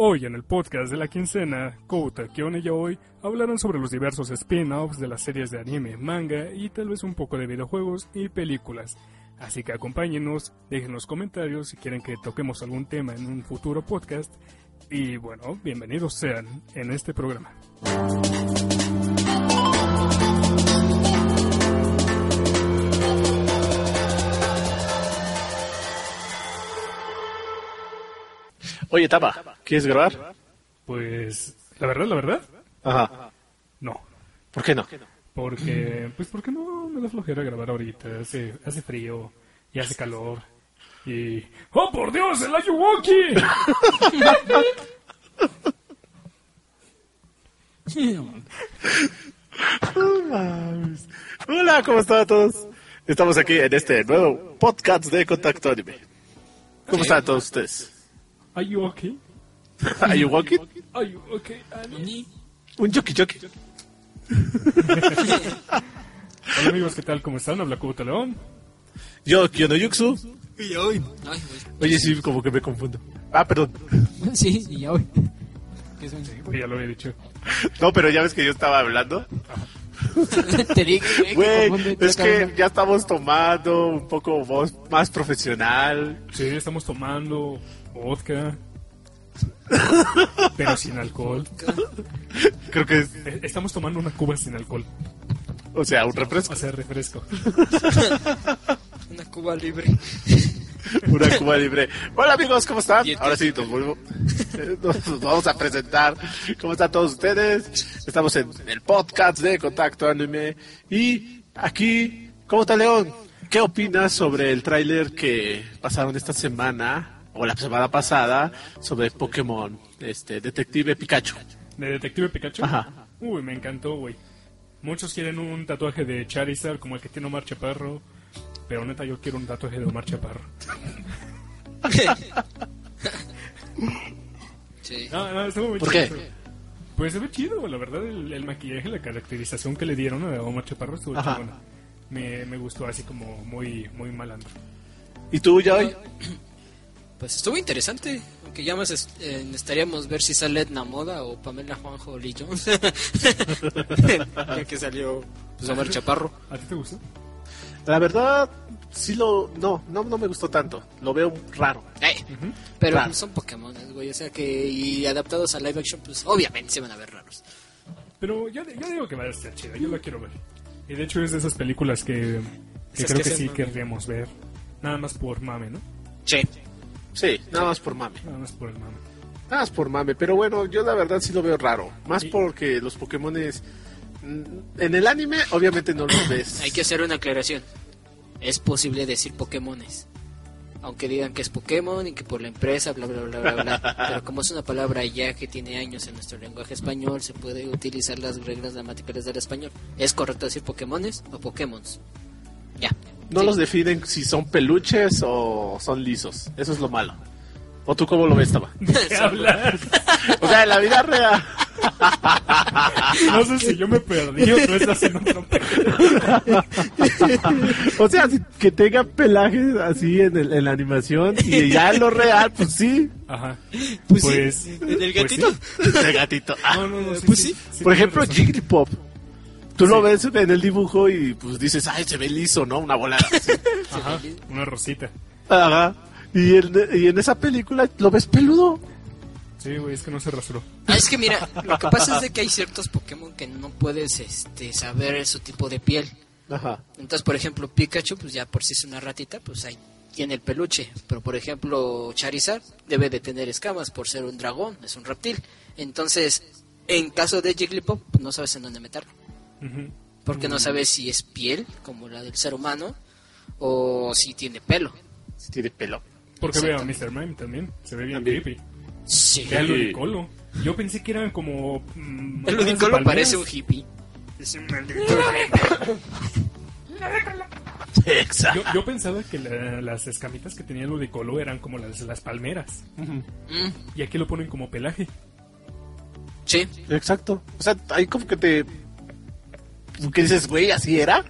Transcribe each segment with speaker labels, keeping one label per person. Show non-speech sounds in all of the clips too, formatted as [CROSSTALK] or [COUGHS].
Speaker 1: Hoy en el podcast de la quincena, Kouta, Kione y hoy hablaron sobre los diversos spin-offs de las series de anime, manga y tal vez un poco de videojuegos y películas. Así que acompáñenos, dejen los comentarios si quieren que toquemos algún tema en un futuro podcast y bueno, bienvenidos sean en este programa.
Speaker 2: Oye, Tapa, ¿quieres grabar?
Speaker 1: Pues la verdad, la verdad,
Speaker 2: Ajá.
Speaker 1: no.
Speaker 2: ¿Por qué no?
Speaker 1: Porque, pues, ¿por qué no me da flojera grabar ahorita? Hace, hace frío y hace calor. Y. ¡Oh, por Dios! ¡El Ayuwoki!
Speaker 2: Hola, ¿cómo están todos? Estamos aquí en este nuevo podcast de Contacto Anime. ¿Cómo están todos [LAUGHS] ustedes?
Speaker 1: ¿Are you okay?
Speaker 2: ¿Are you walking?
Speaker 1: ¿Are you okay, Ani?
Speaker 2: ¿Un choki choki?
Speaker 1: Hola amigos, ¿qué tal? ¿Cómo están? Habla Cubo León.
Speaker 2: Yo, Kyono Yuxu.
Speaker 3: Y hoy.
Speaker 4: Ay, güey.
Speaker 2: Oye, sí, como que me confundo. Ah, perdón.
Speaker 4: [LAUGHS] Sí, y ya, güey. ¿Qué es un-
Speaker 1: Ya lo había dicho.
Speaker 2: No, pero ya ves que yo estaba hablando.
Speaker 4: [LAUGHS] Te dije,
Speaker 2: Güey,
Speaker 4: confunde,
Speaker 2: es
Speaker 4: está
Speaker 2: que
Speaker 4: cabrón.
Speaker 2: ya estamos tomando un poco voz más profesional.
Speaker 1: Sí, estamos tomando vodka. Pero sin alcohol.
Speaker 2: Creo que es,
Speaker 1: Eh, Estamos tomando una cuba sin alcohol.
Speaker 2: o sea, un refresco,
Speaker 1: O sea, refresco.
Speaker 4: Una cuba libre. [LAUGHS]
Speaker 2: una Cuba libre. Hola amigos, ¿cómo están?
Speaker 4: Y entonces-
Speaker 2: Ahora sí, nos vuelvo. eh, Nos, nos vamos a presentar. ¿Cómo están todos ustedes? Estamos en el podcast de Contacto Anime. Y aquí, ¿cómo está León? ¿Qué opinas sobre el tráiler que pasaron esta semana o la semana pasada sobre Pokémon este Detective Pikachu?
Speaker 1: De Detective Pikachu.
Speaker 2: Ajá.
Speaker 1: Uy, me encantó, güey. Muchos quieren un tatuaje de Charizard como el que tiene Omar Chaparro. Pero neta, yo quiero un tatuaje de Omar Chaparro.
Speaker 4: Sí.
Speaker 1: No, no, estuvo muy
Speaker 2: ¿Por
Speaker 1: chido.
Speaker 2: qué?
Speaker 1: Pues se ve chido, la verdad, el, el maquillaje, la caracterización que le dieron a Omar Chaparro estuvo
Speaker 2: Ajá.
Speaker 1: chingona. Me, me gustó así como muy, muy malandro.
Speaker 2: ¿Y tú, Joy?
Speaker 4: Pues estuvo interesante. Aunque ya más es- eh, necesitaríamos ver si sale Edna Moda o Pamela Juanjo o Lee Jones. [LAUGHS] ya que salió pues, Omar Chaparro.
Speaker 1: ¿A ti te gustó?
Speaker 2: La verdad, sí lo... No, no, no me gustó tanto. Lo veo raro.
Speaker 4: Eh, Pero
Speaker 2: Claro.
Speaker 4: son Pokémon, güey. O sea que. Y adaptados a live action, pues obviamente se van a ver raros.
Speaker 1: Pero yo, yo digo que va a estar chida, yo la quiero ver. Y de hecho es de esas películas que, que
Speaker 4: Esas
Speaker 1: creo
Speaker 4: que
Speaker 1: que
Speaker 4: se
Speaker 1: sí
Speaker 4: mame.
Speaker 1: querríamos ver. Nada más por mame, ¿no?
Speaker 4: Che.
Speaker 2: Sí, nada más por mame.
Speaker 1: Nada más por el mame.
Speaker 2: Nada más Ah, por mame. Pero bueno, yo la verdad sí lo veo raro. Más
Speaker 1: Y-
Speaker 2: porque los Pokémones... mm, En el anime, obviamente no los ves.
Speaker 4: Hay que hacer una aclaración. Es posible decir Pokémones. Aunque digan que es Pokémon y que por la empresa, bla, bla, bla, bla, bla.
Speaker 2: [LAUGHS]
Speaker 4: Pero como es una palabra ya que tiene años en nuestro lenguaje español, se puede utilizar las reglas gramaticales del español. ¿Es correcto decir Pokémones o Pokémons? Ya.
Speaker 2: No
Speaker 4: Sí.
Speaker 2: los definen si son peluches o son lisos. Eso es lo malo. ¿O tú cómo lo ves, Taba?
Speaker 1: ¿Qué hablar?
Speaker 2: O sea, en la vida real... [LAUGHS]
Speaker 1: No sé si yo me perdí o tú estás en otro pe-
Speaker 2: O sea, si- que tenga pelajes así en, el- en la animación y ya en lo real, pues sí.
Speaker 1: Ajá.
Speaker 4: Pues sí,
Speaker 1: Pues.
Speaker 4: ¿en el
Speaker 1: pues
Speaker 4: gatito?
Speaker 1: sí.
Speaker 2: El gatito. Ah.
Speaker 1: No, no, no. Sí,
Speaker 4: Pues
Speaker 1: sí,
Speaker 4: sí.
Speaker 1: sí
Speaker 2: Por
Speaker 1: tienes
Speaker 2: ejemplo,
Speaker 1: razón.
Speaker 2: Jigglypuff. Tú
Speaker 1: Sí.
Speaker 2: lo ves en el dibujo y pues dices, ay, se ve liso, ¿no? Una bola. así.
Speaker 1: Ajá, una rosita.
Speaker 2: Ajá. Y en, y en esa película lo ves peludo.
Speaker 1: Sí, güey, es que no se rastró.
Speaker 4: Ah, Es que mira, lo que pasa es de que
Speaker 2: [LAUGHS]
Speaker 4: hay ciertos Pokémon que no puedes este, saber su tipo de piel.
Speaker 2: Ajá.
Speaker 4: Entonces, por ejemplo, Pikachu, pues ya por si es una ratita, pues ahí tiene el peluche. Pero, por ejemplo, Charizard debe de tener escamas por ser un dragón, es un reptil. Entonces, en caso de Jigglypuff, pues, no sabes en dónde meterlo.
Speaker 1: Ujú.
Speaker 4: Porque no sabes si es piel, como la del ser humano, o si tiene pelo.
Speaker 2: Si tiene pelo.
Speaker 1: Porque veo a Mr. Mime también. Se ve bien
Speaker 2: También.
Speaker 1: creepy.
Speaker 4: Sí.
Speaker 1: Ve al Ludicolo. Yo pensé que eran como. mm, unas
Speaker 4: El Ludicolo
Speaker 1: palmeras.
Speaker 4: parece un hippie.
Speaker 2: Exacto.
Speaker 1: Yo, yo pensaba que la- las escamitas que tenía el Ludicolo eran como las, las palmeras.
Speaker 4: Mm,
Speaker 1: Y aquí lo ponen como pelaje.
Speaker 4: sí.
Speaker 2: Exacto. O sea, ahí como que te. como que dices, güey, así era.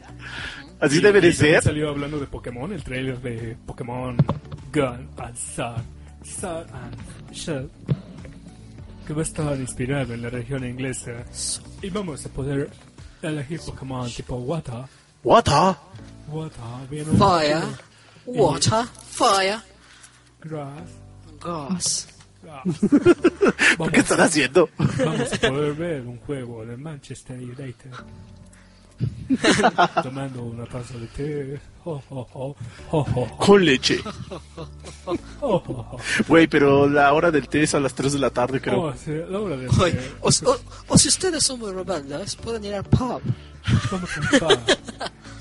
Speaker 2: Así debe
Speaker 1: Y
Speaker 2: de
Speaker 1: también
Speaker 2: ser.
Speaker 1: salió hablando de Pokémon, el trailer de Pokémon Gun and Sword, Sword and Shield, que va a estar inspirado en la región inglesa. Y vamos a poder elegir Pokémon tipo Water,
Speaker 2: What the?
Speaker 1: Water, bien,
Speaker 4: Fire. Water. Fire.
Speaker 1: Grass,
Speaker 4: Gas.
Speaker 1: Grass.
Speaker 2: ¿Qué
Speaker 1: Vamos,
Speaker 2: están haciendo?
Speaker 1: vamos a poder ver un juego de Manchester
Speaker 2: [LAUGHS]
Speaker 1: United. Tomando una taza de té. Ho, ho, ho. Ho, ho,
Speaker 2: [LAUGHS] Con leche.
Speaker 1: ho, ho, ho.
Speaker 2: Güey, pero la hora del té es a las 3 de la tarde, creo.
Speaker 1: Oh, sí, la hora de
Speaker 4: Oye,
Speaker 1: té.
Speaker 4: o, o- o si ustedes son vagabundas, pueden ir al pub.
Speaker 1: Vamos a empezar.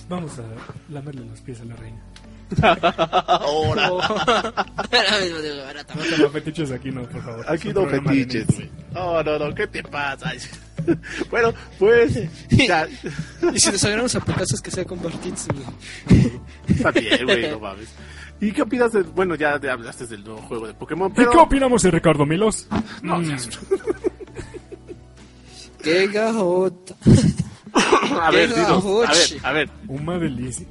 Speaker 1: Vamos a lamerle los pies a la reina.
Speaker 2: [LAUGHS] Ahora.
Speaker 4: Ahora mismo digo, ahora
Speaker 1: No
Speaker 4: también.
Speaker 1: te lo fetiches aquí, no, por favor.
Speaker 2: Aquí
Speaker 1: Es
Speaker 2: no
Speaker 1: un programa de
Speaker 2: fetiches,
Speaker 1: niños.
Speaker 2: güey. No, no, no, ¿qué te pasa? [LAUGHS] bueno, pues. [LAUGHS] Ya.
Speaker 4: Y si nos agarramos a putazos que sea con Bartitz, güey.
Speaker 2: También, güey, no mames. ¿Y qué opinas del.? Bueno, ya te hablaste del nuevo juego de Pokémon,
Speaker 1: ¿Y
Speaker 2: pero.
Speaker 1: qué opinamos de Ricardo Milos?
Speaker 2: No, ya.
Speaker 4: ¡Qué gajota!
Speaker 2: A ver,
Speaker 4: Llega
Speaker 2: dinos. A
Speaker 4: Hochi.
Speaker 2: ver, a ver.
Speaker 1: Una delicia.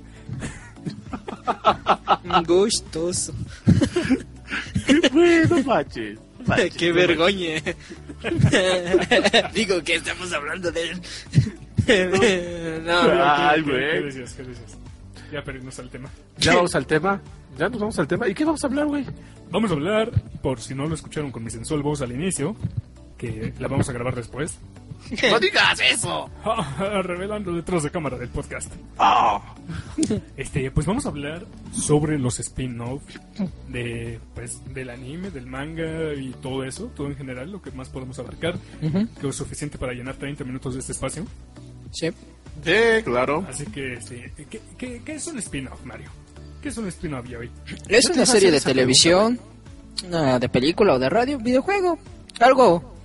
Speaker 4: Gustoso.
Speaker 2: Qué bueno, manches. no manches,
Speaker 4: ¡Qué
Speaker 2: no
Speaker 4: vergoña! Digo que estamos hablando de él. no,
Speaker 2: Ay,
Speaker 1: ¿Qué- qué-
Speaker 2: güey.
Speaker 1: ¿Qué decías? ¿Qué decías? Ya perdimos al tema.
Speaker 2: manches. Ya vamos al tema. Ya nos vamos al tema. ¿Y qué vamos a hablar, güey?
Speaker 1: Vamos a hablar, por si no lo escucharon con mi sensual voz al inicio, que la vamos a grabar después.
Speaker 2: [LAUGHS] ¡No digas eso!
Speaker 1: Ah, [LAUGHS] Revelando detrás de cámara del podcast.
Speaker 2: Ah.
Speaker 1: Este, pues vamos a hablar sobre los spin-off de, pues, del anime, del manga y todo eso, todo en general, lo que más podemos abarcar, que es suficiente para llenar 30 minutos de este espacio.
Speaker 4: sí.
Speaker 2: Sí, claro.
Speaker 1: Así que, este, ¿qué, qué- qué es un spin-off, Mario? ¿Qué es un spin-off, hoy?
Speaker 4: Es
Speaker 2: Yo te iba a
Speaker 4: una
Speaker 2: hacer
Speaker 4: serie de
Speaker 2: esa
Speaker 4: televisión, una de película o de radio, videojuego, algo,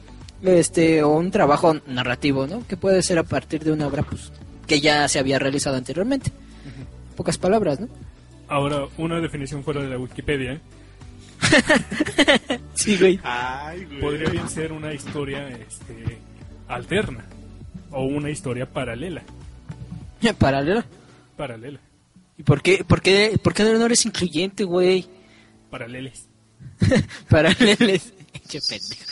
Speaker 4: este, o un trabajo narrativo, ¿no? Que puede ser a partir de una obra pues, que ya se había realizado anteriormente. Pocas palabras, ¿no?
Speaker 1: Ahora, una definición fuera de la Wikipedia
Speaker 4: Sí, [LAUGHS] güey.
Speaker 2: Ay, güey.
Speaker 1: podría bien ser una historia este, alterna o una historia paralela.
Speaker 4: Paralela.
Speaker 1: Paralela.
Speaker 4: ¿Y por qué, por qué, por qué no eres incluyente, güey?
Speaker 1: Paraleles.
Speaker 4: [LAUGHS] Paraleles. Che, pendejo.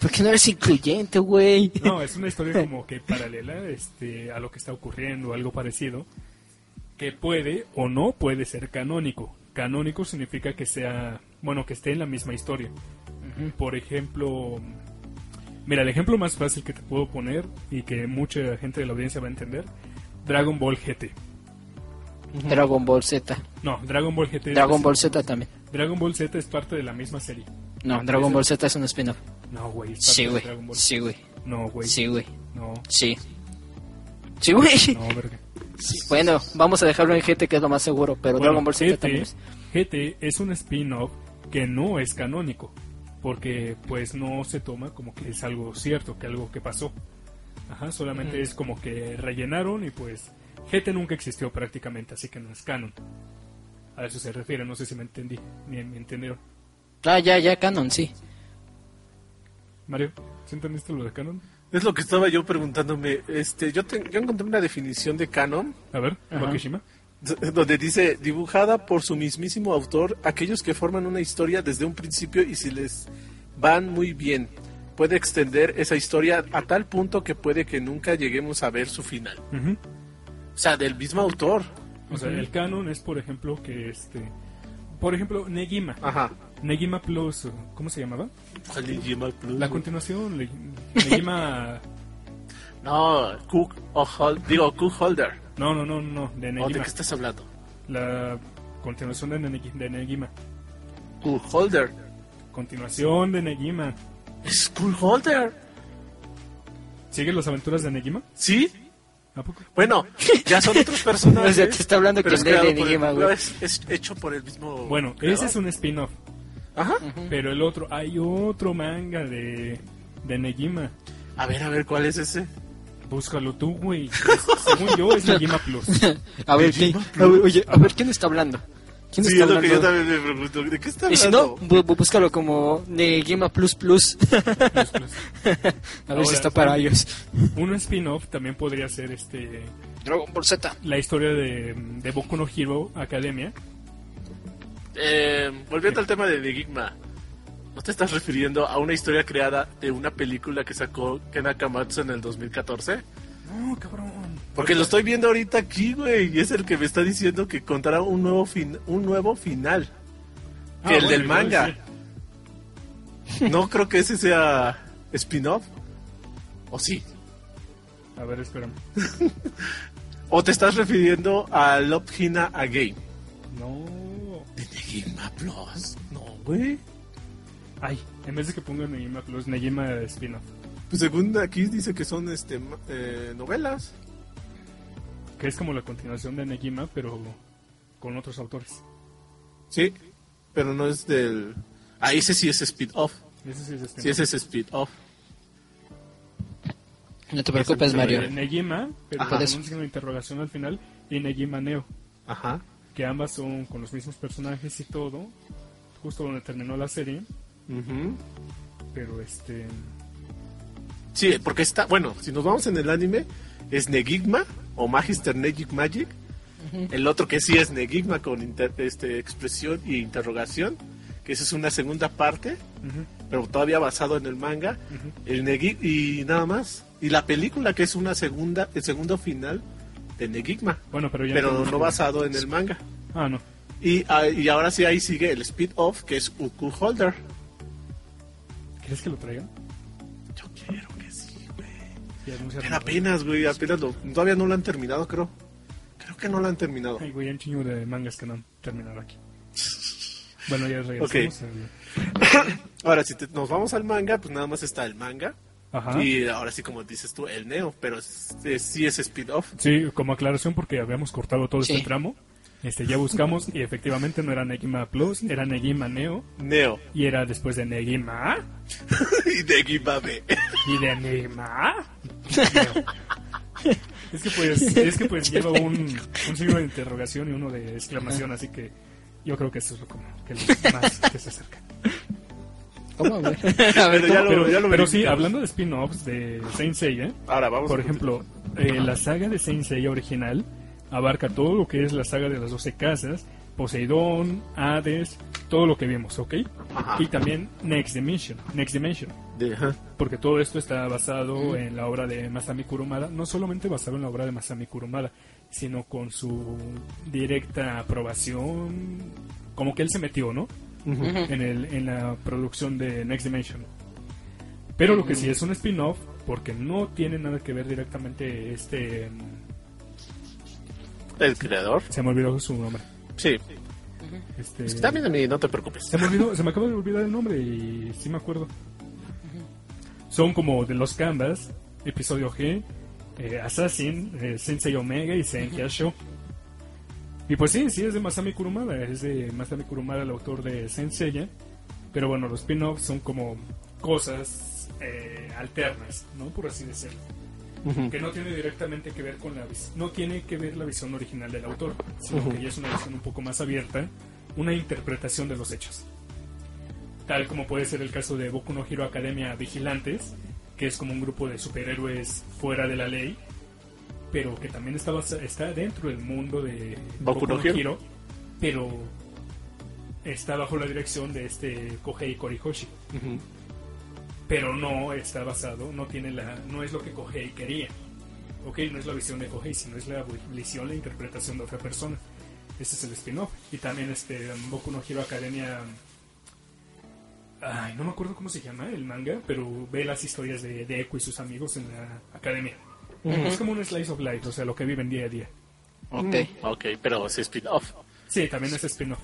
Speaker 4: ¿Por qué no eres incluyente, güey?
Speaker 1: No, es una historia como que paralela este, a lo que está ocurriendo, algo parecido, que puede o no puede ser canónico. Canónico significa que sea, bueno, que esté en la misma historia. Por ejemplo, mira, el ejemplo más fácil que te puedo poner y que mucha gente de la audiencia va a entender, Dragon Ball GT.
Speaker 4: [LAUGHS] Dragon Ball Z.
Speaker 1: No, Dragon Ball GT.
Speaker 4: Dragon Ball Z también.
Speaker 1: Dragon Ball Z es parte de la misma serie.
Speaker 4: No, Dragon Ball Z es un spin-off.
Speaker 1: No, güey, es parte
Speaker 4: Sí,
Speaker 1: de
Speaker 4: güey.
Speaker 1: Dragon Ball.
Speaker 4: Sí, güey.
Speaker 1: No, güey.
Speaker 4: Sí, güey.
Speaker 1: No,
Speaker 4: Sí. [LAUGHS] Sí, güey.
Speaker 1: no, verga.
Speaker 4: Sí, Bueno, vamos a dejarlo en GT, que es lo más seguro, pero
Speaker 1: Bueno,
Speaker 4: Dragon Ball Z
Speaker 1: GT,
Speaker 4: también es.
Speaker 1: GT es un spin-off que no es canónico, porque pues no se toma como que es algo cierto, que algo que pasó. Ajá, solamente es como que rellenaron y pues GT nunca existió prácticamente, así que no es canon. A eso se refiere, no sé si me entendí, ni me entendieron.
Speaker 4: Ah, ya, ya, Canon, sí.
Speaker 1: Mario, ¿sí entendiste lo de canon?
Speaker 2: Es lo que estaba yo preguntándome. Este, yo, te- yo encontré una definición de canon
Speaker 1: A ver, Wakishima.
Speaker 2: d- [LAUGHS] donde dice dibujada por su mismísimo autor aquellos que forman una historia desde un principio y si les van muy bien puede extender esa historia a tal punto que puede que nunca lleguemos a ver su final.
Speaker 1: Ujú.
Speaker 2: O sea, del mismo autor.
Speaker 1: O sea, el canon es por ejemplo que este... Por ejemplo, Negima.
Speaker 4: Ah.
Speaker 2: Ajá.
Speaker 1: Negima Plus, ¿cómo se llamaba?
Speaker 2: ¿Cuál idioma plus?
Speaker 1: La continuación, Le- Negima...
Speaker 2: No, Cook o Hol- digo Cook Holder.
Speaker 1: No, no, no, no, de
Speaker 2: ¿O ¿De
Speaker 1: Negima.
Speaker 2: qué estás hablando?
Speaker 1: La continuación de, Negi- de Negima.
Speaker 2: Cook Holder.
Speaker 1: Continuación de Negima.
Speaker 2: Es Cook Holder.
Speaker 1: ¿Sigues las aventuras de Negima?
Speaker 2: ¿Sí?
Speaker 1: ¿A poco?
Speaker 2: Bueno, ya son otros
Speaker 4: O
Speaker 2: personajes.
Speaker 4: sea, te está hablando
Speaker 2: pero
Speaker 4: que
Speaker 2: es
Speaker 4: lee
Speaker 2: creado
Speaker 4: Lady
Speaker 2: por el-
Speaker 4: Gema,
Speaker 2: no,
Speaker 4: güey.
Speaker 2: es, es hecho por el mismo.
Speaker 1: Bueno,
Speaker 2: creador.
Speaker 1: ese es un spin-off.
Speaker 2: Ajá.
Speaker 1: Pero el otro, hay otro manga de, de Negima.
Speaker 2: A ver, a ver, ¿cuál es ese?
Speaker 1: Búscalo tú, güey. Es- Según yo, es Negima [LAUGHS] Plus.
Speaker 4: A ver, ¿quién, a ver, oye, a ver, ¿quién está hablando? ¿Quién
Speaker 2: Sí,
Speaker 4: está
Speaker 2: es lo que yo
Speaker 4: hablando?
Speaker 2: también me pregunto. ¿De qué está [LAUGHS]
Speaker 4: Y
Speaker 2: hablando?
Speaker 4: si no, bu- bu- búscalo como Negima Plus Plus.
Speaker 1: Plus, plus.
Speaker 4: A ver si
Speaker 1: Ahora,
Speaker 4: está para ellos.
Speaker 1: Un spin-off también podría ser este
Speaker 4: Dragon Ball Z.
Speaker 1: la historia de, de Boku no Hero Academia.
Speaker 2: Eh, volviendo al tema de Enigma, ¿no te estás refiriendo a una historia creada de una película que sacó Ken Akamatsu en el 2014?
Speaker 1: No, cabrón.
Speaker 2: Porque lo estoy viendo ahorita aquí, güey, y es el que me está diciendo que contará un nuevo, fin un nuevo final.
Speaker 1: Ah,
Speaker 2: Que el
Speaker 1: bueno,
Speaker 2: del
Speaker 1: yo
Speaker 2: manga.
Speaker 1: decía,
Speaker 4: [LAUGHS]
Speaker 2: No creo que ese sea spin-off. ¿O sí?
Speaker 1: A ver, espérame.
Speaker 2: ¿O te estás refiriendo a Love Hina Again?
Speaker 1: No.
Speaker 2: ¿De Enigma Plus? No, güey.
Speaker 1: Ay, en vez de que ponga Negima Plus, Negima spin-off.
Speaker 2: Pues según aquí dice que son este, ma- eh, novelas.
Speaker 1: Que es como la continuación de Negima, pero con otros autores.
Speaker 2: Sí, pero no es del. Ah, ese sí es speed-off.
Speaker 1: Ese sí es spin-off.
Speaker 2: Sí, ese es speed-off.
Speaker 4: No te preocupes, Mario.
Speaker 1: Eh, Negima, pero
Speaker 4: Ajá.
Speaker 1: con un signo de interrogación al final, y Negima Neo.
Speaker 2: Ajá.
Speaker 1: Que ambas son con los mismos personajes y todo. Justo donde terminó la serie.
Speaker 2: Ujú.
Speaker 1: Pero este.
Speaker 2: Sí, porque está. Bueno, si nos vamos en el anime, es Negigma o Magister Negic Magic. El otro que sí es Negigma con inter- este, expresión y interrogación, que esa es una segunda parte,
Speaker 1: ujú,
Speaker 2: pero todavía basado en el manga.
Speaker 1: ujú.
Speaker 2: El Negig y nada más. Y la película que es una segunda, el segundo final de Negigma,
Speaker 1: Bueno, pero ya.
Speaker 2: pero
Speaker 1: tenemos-
Speaker 2: no basado en el manga.
Speaker 1: Ah, no.
Speaker 2: Y, ah, y ahora sí ahí sigue el speed off que es Uku Holder.
Speaker 1: ¿Crees que lo traigan?
Speaker 2: Yo quiero que sí, güey.
Speaker 1: Sí, anunciaron.
Speaker 2: Pero apenas, güey, apenas lo, todavía no lo han terminado, creo. Creo que no lo han terminado.
Speaker 1: Ay, güey, hay un chingo de mangas que no han terminado aquí. Bueno, ya regresamos. al-
Speaker 2: Ahora, si te- nos vamos al manga, pues nada más está el manga.
Speaker 1: Ajá.
Speaker 2: Y ahora sí, como dices tú, el Neo, pero es- es- sí es speed off.
Speaker 1: Sí, como aclaración, porque habíamos cortado todo
Speaker 4: Sí.
Speaker 1: este tramo. Este, ya buscamos y efectivamente no era Negima Plus, era Negima Neo
Speaker 2: Neo. [LAUGHS]
Speaker 1: y era después de Negima A
Speaker 2: y Negima B.
Speaker 1: y de Negima A. Neo. Es que pues, es que pues lleva un, un signo de interrogación y uno de exclamación, así que yo creo que eso es lo como que lo más que se acerca.
Speaker 4: [LAUGHS] ¿Cómo, güey? A ver,
Speaker 2: Pero ya
Speaker 4: ¿cómo?
Speaker 2: lo-
Speaker 1: Pero, pero
Speaker 2: verificamos.
Speaker 1: sí, hablando de spin-offs de Saint Seiya,
Speaker 2: Ahora vamos.
Speaker 1: Por
Speaker 2: a-
Speaker 1: ejemplo, eh, la saga de Saint Seiya original abarca todo lo que es la saga de las 12 casas, Poseidón, Hades, todo lo que vimos, ¿ok?
Speaker 2: Ajá.
Speaker 1: Y también Next Dimension, Next Dimension,
Speaker 2: De- ajá.
Speaker 1: porque todo esto está basado en la obra de Masami Kurumada, no solamente basado en la obra de Masami Kurumada, sino con su directa aprobación, como que él se metió, ¿no?
Speaker 2: Ujú.
Speaker 1: en, el, en la producción de Next Dimension. Pero lo que sí es un spin-off, porque no tiene nada que ver directamente este... mm,
Speaker 2: El creador.
Speaker 1: Se me olvidó su nombre.
Speaker 2: Sí.
Speaker 1: Este,
Speaker 2: Está bien a mí, no te preocupes.
Speaker 1: se me olvidó, se me acaba de olvidar el nombre y sí me acuerdo. Son como de los Canvas, episodio G, eh, Assassin, eh, Sensei Omega y Senkia Show. Y pues sí, sí es de Masami Kurumada, es de Masami Kurumada el autor de Sensei. Pero bueno, los spin-offs son como cosas eh, alternas, ¿no? Por así decirlo.
Speaker 2: Ujú.
Speaker 1: Que no tiene directamente que ver con la vis- no tiene que ver la visión original del autor, sino que ya es una visión un poco más abierta, una interpretación de los hechos. Tal como puede ser el caso de Boku no Hero Academia Vigilantes, que es como un grupo de superhéroes fuera de la ley, pero que también está, basa- está dentro del mundo de
Speaker 2: Boku no Hero.
Speaker 1: pero está bajo la dirección de este Kohei Korihoshi
Speaker 2: Ujú.
Speaker 1: pero no está basado, no tiene la, no es lo que Kohei quería. Ok, no es la visión de Kohei, sino es la visión, la interpretación de otra persona. Ese es el spin-off. Y también este um, Boku no Hero Academia. Ay, no me acuerdo cómo se llama el manga, pero ve las historias de, de Eko y sus amigos en la academia. Es como un slice of life, o sea, lo que viven día a día.
Speaker 4: [LAUGHS] [LAUGHS] Ok.
Speaker 2: Ok, pero es speed off.
Speaker 1: Sí, también es spin-off.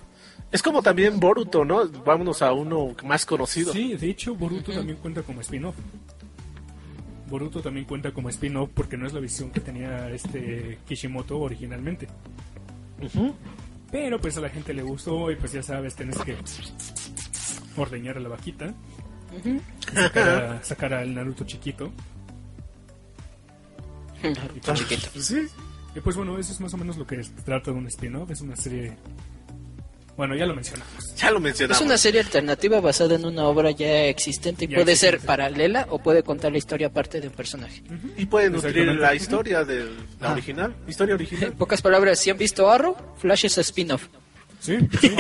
Speaker 2: Es como también Boruto, ¿no? Vámonos a uno más conocido.
Speaker 1: Sí, de hecho, Boruto también cuenta como spin-off. Boruto también cuenta como spin-off porque no es la visión que tenía este Kishimoto originalmente. Pero pues a la gente le gustó y pues ya sabes, tienes que ordeñar a la vaquita,
Speaker 4: Ujú.
Speaker 1: sacar, a- sacar al Naruto chiquito. Y pues,
Speaker 4: Chiquito.
Speaker 2: Sí.
Speaker 1: y, pues, bueno, eso es más o menos lo que es- trata de un spin-off, es una serie... Bueno, ya lo mencionamos.
Speaker 2: Ya lo
Speaker 4: Es
Speaker 2: mencionamos.
Speaker 4: una serie alternativa basada en una obra ya existente y
Speaker 1: Ya
Speaker 4: puede
Speaker 1: existente.
Speaker 4: ser paralela o puede contar la historia aparte de un personaje.
Speaker 2: Y pueden nutrir
Speaker 1: Exactamente. Ah.
Speaker 2: la historia de la original. Historia
Speaker 4: En [LAUGHS]
Speaker 2: original.
Speaker 4: pocas palabras, si han visto Arrow, Flash es spin-off. [LAUGHS]
Speaker 1: Sí, pues sí.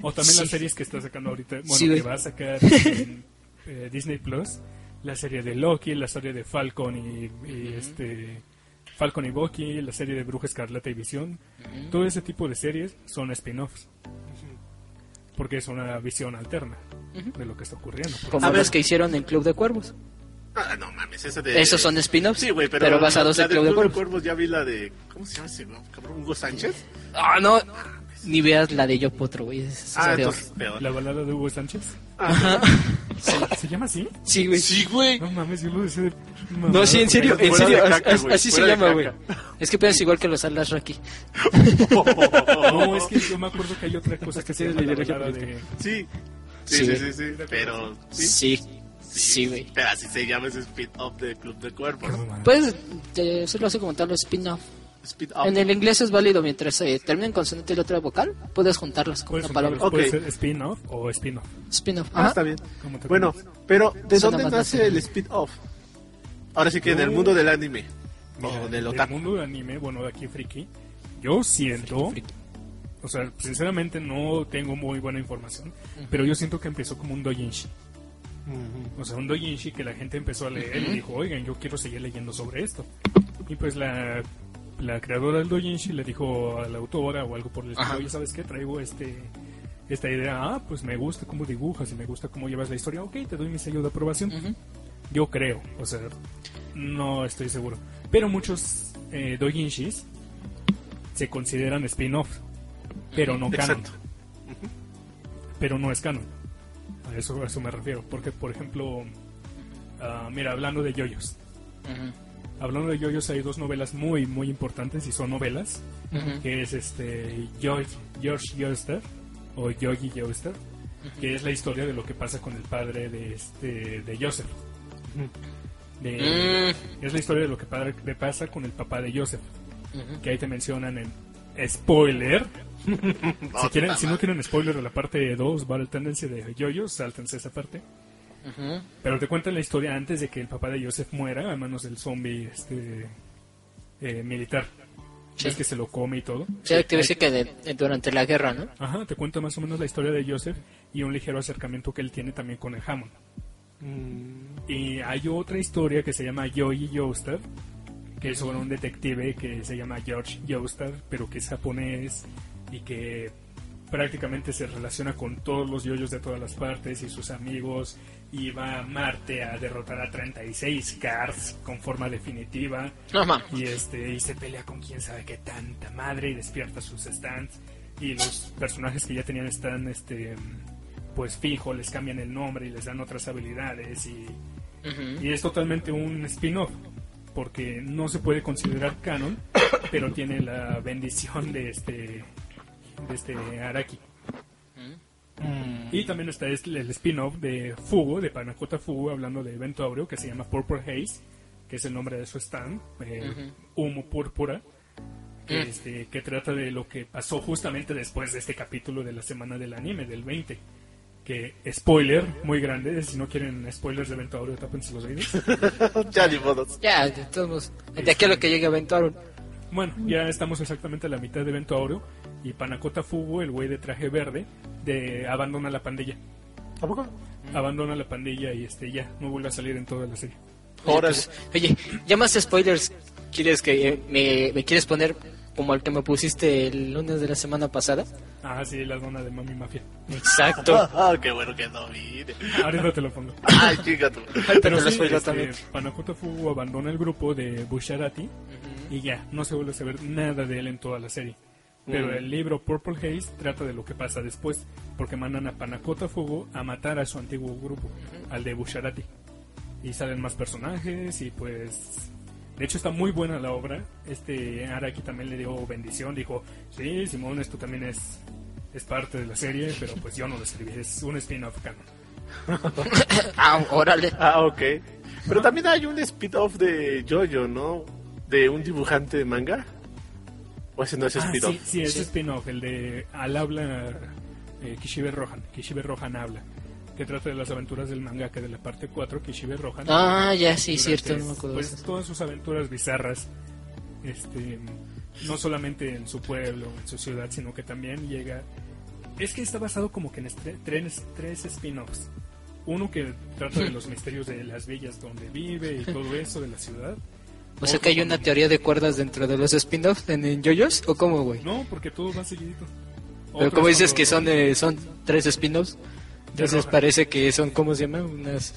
Speaker 1: O también las series que está sacando ahorita, bueno,
Speaker 4: Sí,
Speaker 1: que
Speaker 4: güey.
Speaker 1: va a sacar en, eh, Disney Plus, la serie de Loki, la serie de Falcon y, y, este Falcon y Bucky, la serie de Bruja Escarlata y Visión. Todo ese tipo de series son spin-offs. Porque es una visión alterna de lo que está ocurriendo. Porque-
Speaker 4: Como
Speaker 2: A ver.
Speaker 4: los que hicieron en Club de Cuervos.
Speaker 2: Ah, no mames, esa de.
Speaker 4: Esos son spin-offs,
Speaker 2: Sí, güey, pero.
Speaker 4: pero basados
Speaker 2: la
Speaker 4: en Club de Cuervos.
Speaker 2: Ya vi la de. ¿Cómo se llama ese, güey? cabrón? Hugo Sánchez.
Speaker 4: Ah, no. Ni veas la de Yo Potro, güey. es- es-
Speaker 2: Ah,
Speaker 4: es de
Speaker 2: entonces peor.
Speaker 1: La balada de Hugo Sánchez.
Speaker 2: Ah,
Speaker 1: ¿Se llama así?
Speaker 4: oro. [LAUGHS] Sí, güey.
Speaker 2: sí, güey.
Speaker 1: No mames, yo lo decía. de-
Speaker 4: No, sí, en serio, en
Speaker 2: Fuera
Speaker 4: serio.
Speaker 2: de
Speaker 4: as-
Speaker 2: caca,
Speaker 4: as-
Speaker 2: güey,
Speaker 4: Así se
Speaker 2: fuera de
Speaker 4: llama, güey.
Speaker 2: caca.
Speaker 4: Es que piensas igual que los alas Rocky.
Speaker 2: [LAUGHS]
Speaker 1: No, es que yo me acuerdo que hay otra cosa que se
Speaker 3: tiene
Speaker 1: llama la
Speaker 3: ideología
Speaker 1: balada de...
Speaker 2: Sí. Sí,
Speaker 4: Sí,
Speaker 2: sí,
Speaker 4: güey.
Speaker 2: sí, sí. Pero. Sí.
Speaker 4: Sí. Sí, güey.
Speaker 2: Pero así se llama ese spin-off de Club de Cuervos.
Speaker 4: Puedes eh, hacerlo así como tal, los spin-off.
Speaker 2: Spin-off.
Speaker 4: En el inglés es válido mientras eh, terminen consonante y la otra vocal, puedes juntarlas como
Speaker 1: Puedes
Speaker 4: una palabra.
Speaker 1: juntarlos, puede
Speaker 2: Ok.
Speaker 1: ser spin-off o spin-off.
Speaker 4: Spin-off.
Speaker 2: Ah,
Speaker 4: Ajá.
Speaker 2: está bien.
Speaker 1: como te
Speaker 2: Bueno,
Speaker 1: acuerdas.
Speaker 2: pero ¿de
Speaker 4: Suena
Speaker 2: dónde
Speaker 4: más
Speaker 2: nace
Speaker 4: natural.
Speaker 2: el spin-off? Ahora sí que en el mundo del anime. O Oh. del
Speaker 1: el
Speaker 2: otaku.
Speaker 1: mundo del anime, bueno, de aquí friki, yo siento, o sea, sinceramente no tengo muy buena información, pero yo siento que empezó como un doujinshi. O sea, un doujinshi que la gente empezó a leer y dijo, oigan, yo quiero seguir leyendo sobre esto. Y pues la, la creadora del doujinshi le dijo a la autora o algo por el estilo, oye, ¿sabes qué? Traigo este esta idea, ah, pues me gusta cómo dibujas y me gusta cómo llevas la historia, ok, te doy mi sello de aprobación.
Speaker 4: Ujú.
Speaker 1: Yo creo, o sea, no estoy seguro. Pero muchos eh, doujinshis se consideran spin-off, pero no canon.
Speaker 2: Exacto.
Speaker 1: Pero no es canon. A eso, a eso me refiero. Porque, por ejemplo, ah, mira, hablando de yoyos.
Speaker 4: Ujú.
Speaker 1: Hablando de yoyos hay dos novelas muy, muy importantes y son novelas.
Speaker 4: Ujú.
Speaker 1: Que es este George, George Yoster o Yogi Yoster. Que es la historia de lo que pasa con el padre de, este, de Joseph. De,
Speaker 4: Mm.
Speaker 1: es la historia de lo que padre- le pasa con el papá de Joseph.
Speaker 4: Ujú.
Speaker 1: Que ahí te mencionan en spoiler. si, quieren, si no quieren spoiler de la parte 2, va la tendencia de Yoyos, sáltense esa parte.
Speaker 4: Ujú.
Speaker 1: Pero te cuentan la historia antes de que el papá de Joseph muera a manos del zombie este, eh, militar.
Speaker 4: Sí.
Speaker 1: Es que se lo come y todo.
Speaker 4: O sea, te
Speaker 1: Ahí-
Speaker 4: dice que de- de- durante la guerra, ¿no?
Speaker 1: Ajá, te cuenta más o menos la historia de Joseph y un ligero acercamiento que él tiene también con el Hammond. Y hay otra historia que se llama Joey Joestar, que es sobre un detective que se llama George Joestar, pero que es japonés y que prácticamente se relaciona con todos los yoyos de todas las partes y sus amigos y va a Marte a derrotar a 36 Cars con forma definitiva
Speaker 4: No, mames.
Speaker 1: y este y se pelea con quién sabe qué tanta madre y despierta sus stands y los personajes que ya tenían están este pues fijo les cambian el nombre y les dan otras habilidades y,
Speaker 4: Ujú.
Speaker 1: y es totalmente un spin-off porque no se puede considerar canon pero tiene la bendición de este de este Araki y también está es- el spin-off de Fugo, de Panacota Fugo, hablando de evento áureo, que se llama Purple Haze, que es el nombre de su stand, eh, humo púrpura, que,
Speaker 4: Mm.
Speaker 1: este, que trata de lo que pasó justamente después de este capítulo de la semana del anime, del 20. Que, spoiler, muy grande, si no quieren spoilers de evento áureo, tápense los oídos.
Speaker 2: [LAUGHS] ya ni modos.
Speaker 4: Ya, de todos modos. De aquí a lo que llegue a Ventura.
Speaker 1: Bueno, ya estamos exactamente a la mitad de evento áureo, y Panacota Fugo, el güey de traje verde, de abandona la pandilla.
Speaker 2: ¿Tampoco?
Speaker 1: Abandona la pandilla y este ya, no vuelve a salir en toda la serie.
Speaker 4: Oye,
Speaker 2: Ahora
Speaker 4: pues, oye, ya más spoilers. ¿Quieres que eh, me, me quieres poner como el que me pusiste el lunes de la semana pasada?
Speaker 1: Ah, sí, la dona de Mami Mafia.
Speaker 4: Exacto.
Speaker 2: [LAUGHS] Ah, qué bueno que no vine.
Speaker 1: Ahorita te lo pongo.
Speaker 2: Ay, chica tú.
Speaker 4: Pero
Speaker 1: Pero
Speaker 4: lo
Speaker 1: sí,
Speaker 4: spoileo
Speaker 1: este,
Speaker 4: también.
Speaker 1: Panakota Fugu abandona el grupo de Busharati y ya, no se vuelve a saber nada de él en toda la serie.
Speaker 4: Mm.
Speaker 1: Pero el libro Purple Haze trata de lo que pasa después, porque mandan a Panakota Fugu a matar a su antiguo grupo, al de Busharati. y salen más personajes y pues de hecho está muy buena la obra. Este Araki también le dio bendición, dijo, sí, Simón, esto también es, es parte de la serie, pero pues yo no lo escribí, es un spin-off canon.
Speaker 4: ah, órale.
Speaker 2: Ah, ok. Pero también hay un spin-off de Jojo, ¿no? De un dibujante de manga. O ese no Este es
Speaker 1: Ah,
Speaker 2: spin-off.
Speaker 1: sí, sí, es
Speaker 4: Sí.
Speaker 1: spin-off, el de Al habla eh, Kishibe Rohan, Kishibe Rohan habla, que trata de las aventuras del mangaka de la parte 4, Kishibe Rohan.
Speaker 4: Ah, ya sí,
Speaker 1: durante,
Speaker 4: cierto, no me acuerdo. de
Speaker 1: Pues
Speaker 4: eso.
Speaker 1: todas sus aventuras bizarras, este, no solamente en su pueblo, en su ciudad, sino que también llega... Es que está basado como que en estre- tres, tres spin-offs. Uno que trata
Speaker 4: [LAUGHS]
Speaker 1: de los misterios de las villas donde vive y todo eso, de la ciudad.
Speaker 4: O sea que hay una teoría de cuerdas dentro de los spin-offs en, en yoyos o cómo, güey.
Speaker 1: No, porque todo va seguidito.
Speaker 4: Pero
Speaker 1: Otro
Speaker 4: como
Speaker 1: es
Speaker 4: dices
Speaker 1: cuando-
Speaker 4: que son eh, son tres spin-offs, entonces
Speaker 1: Rohan.
Speaker 4: parece que son cómo se llama, unas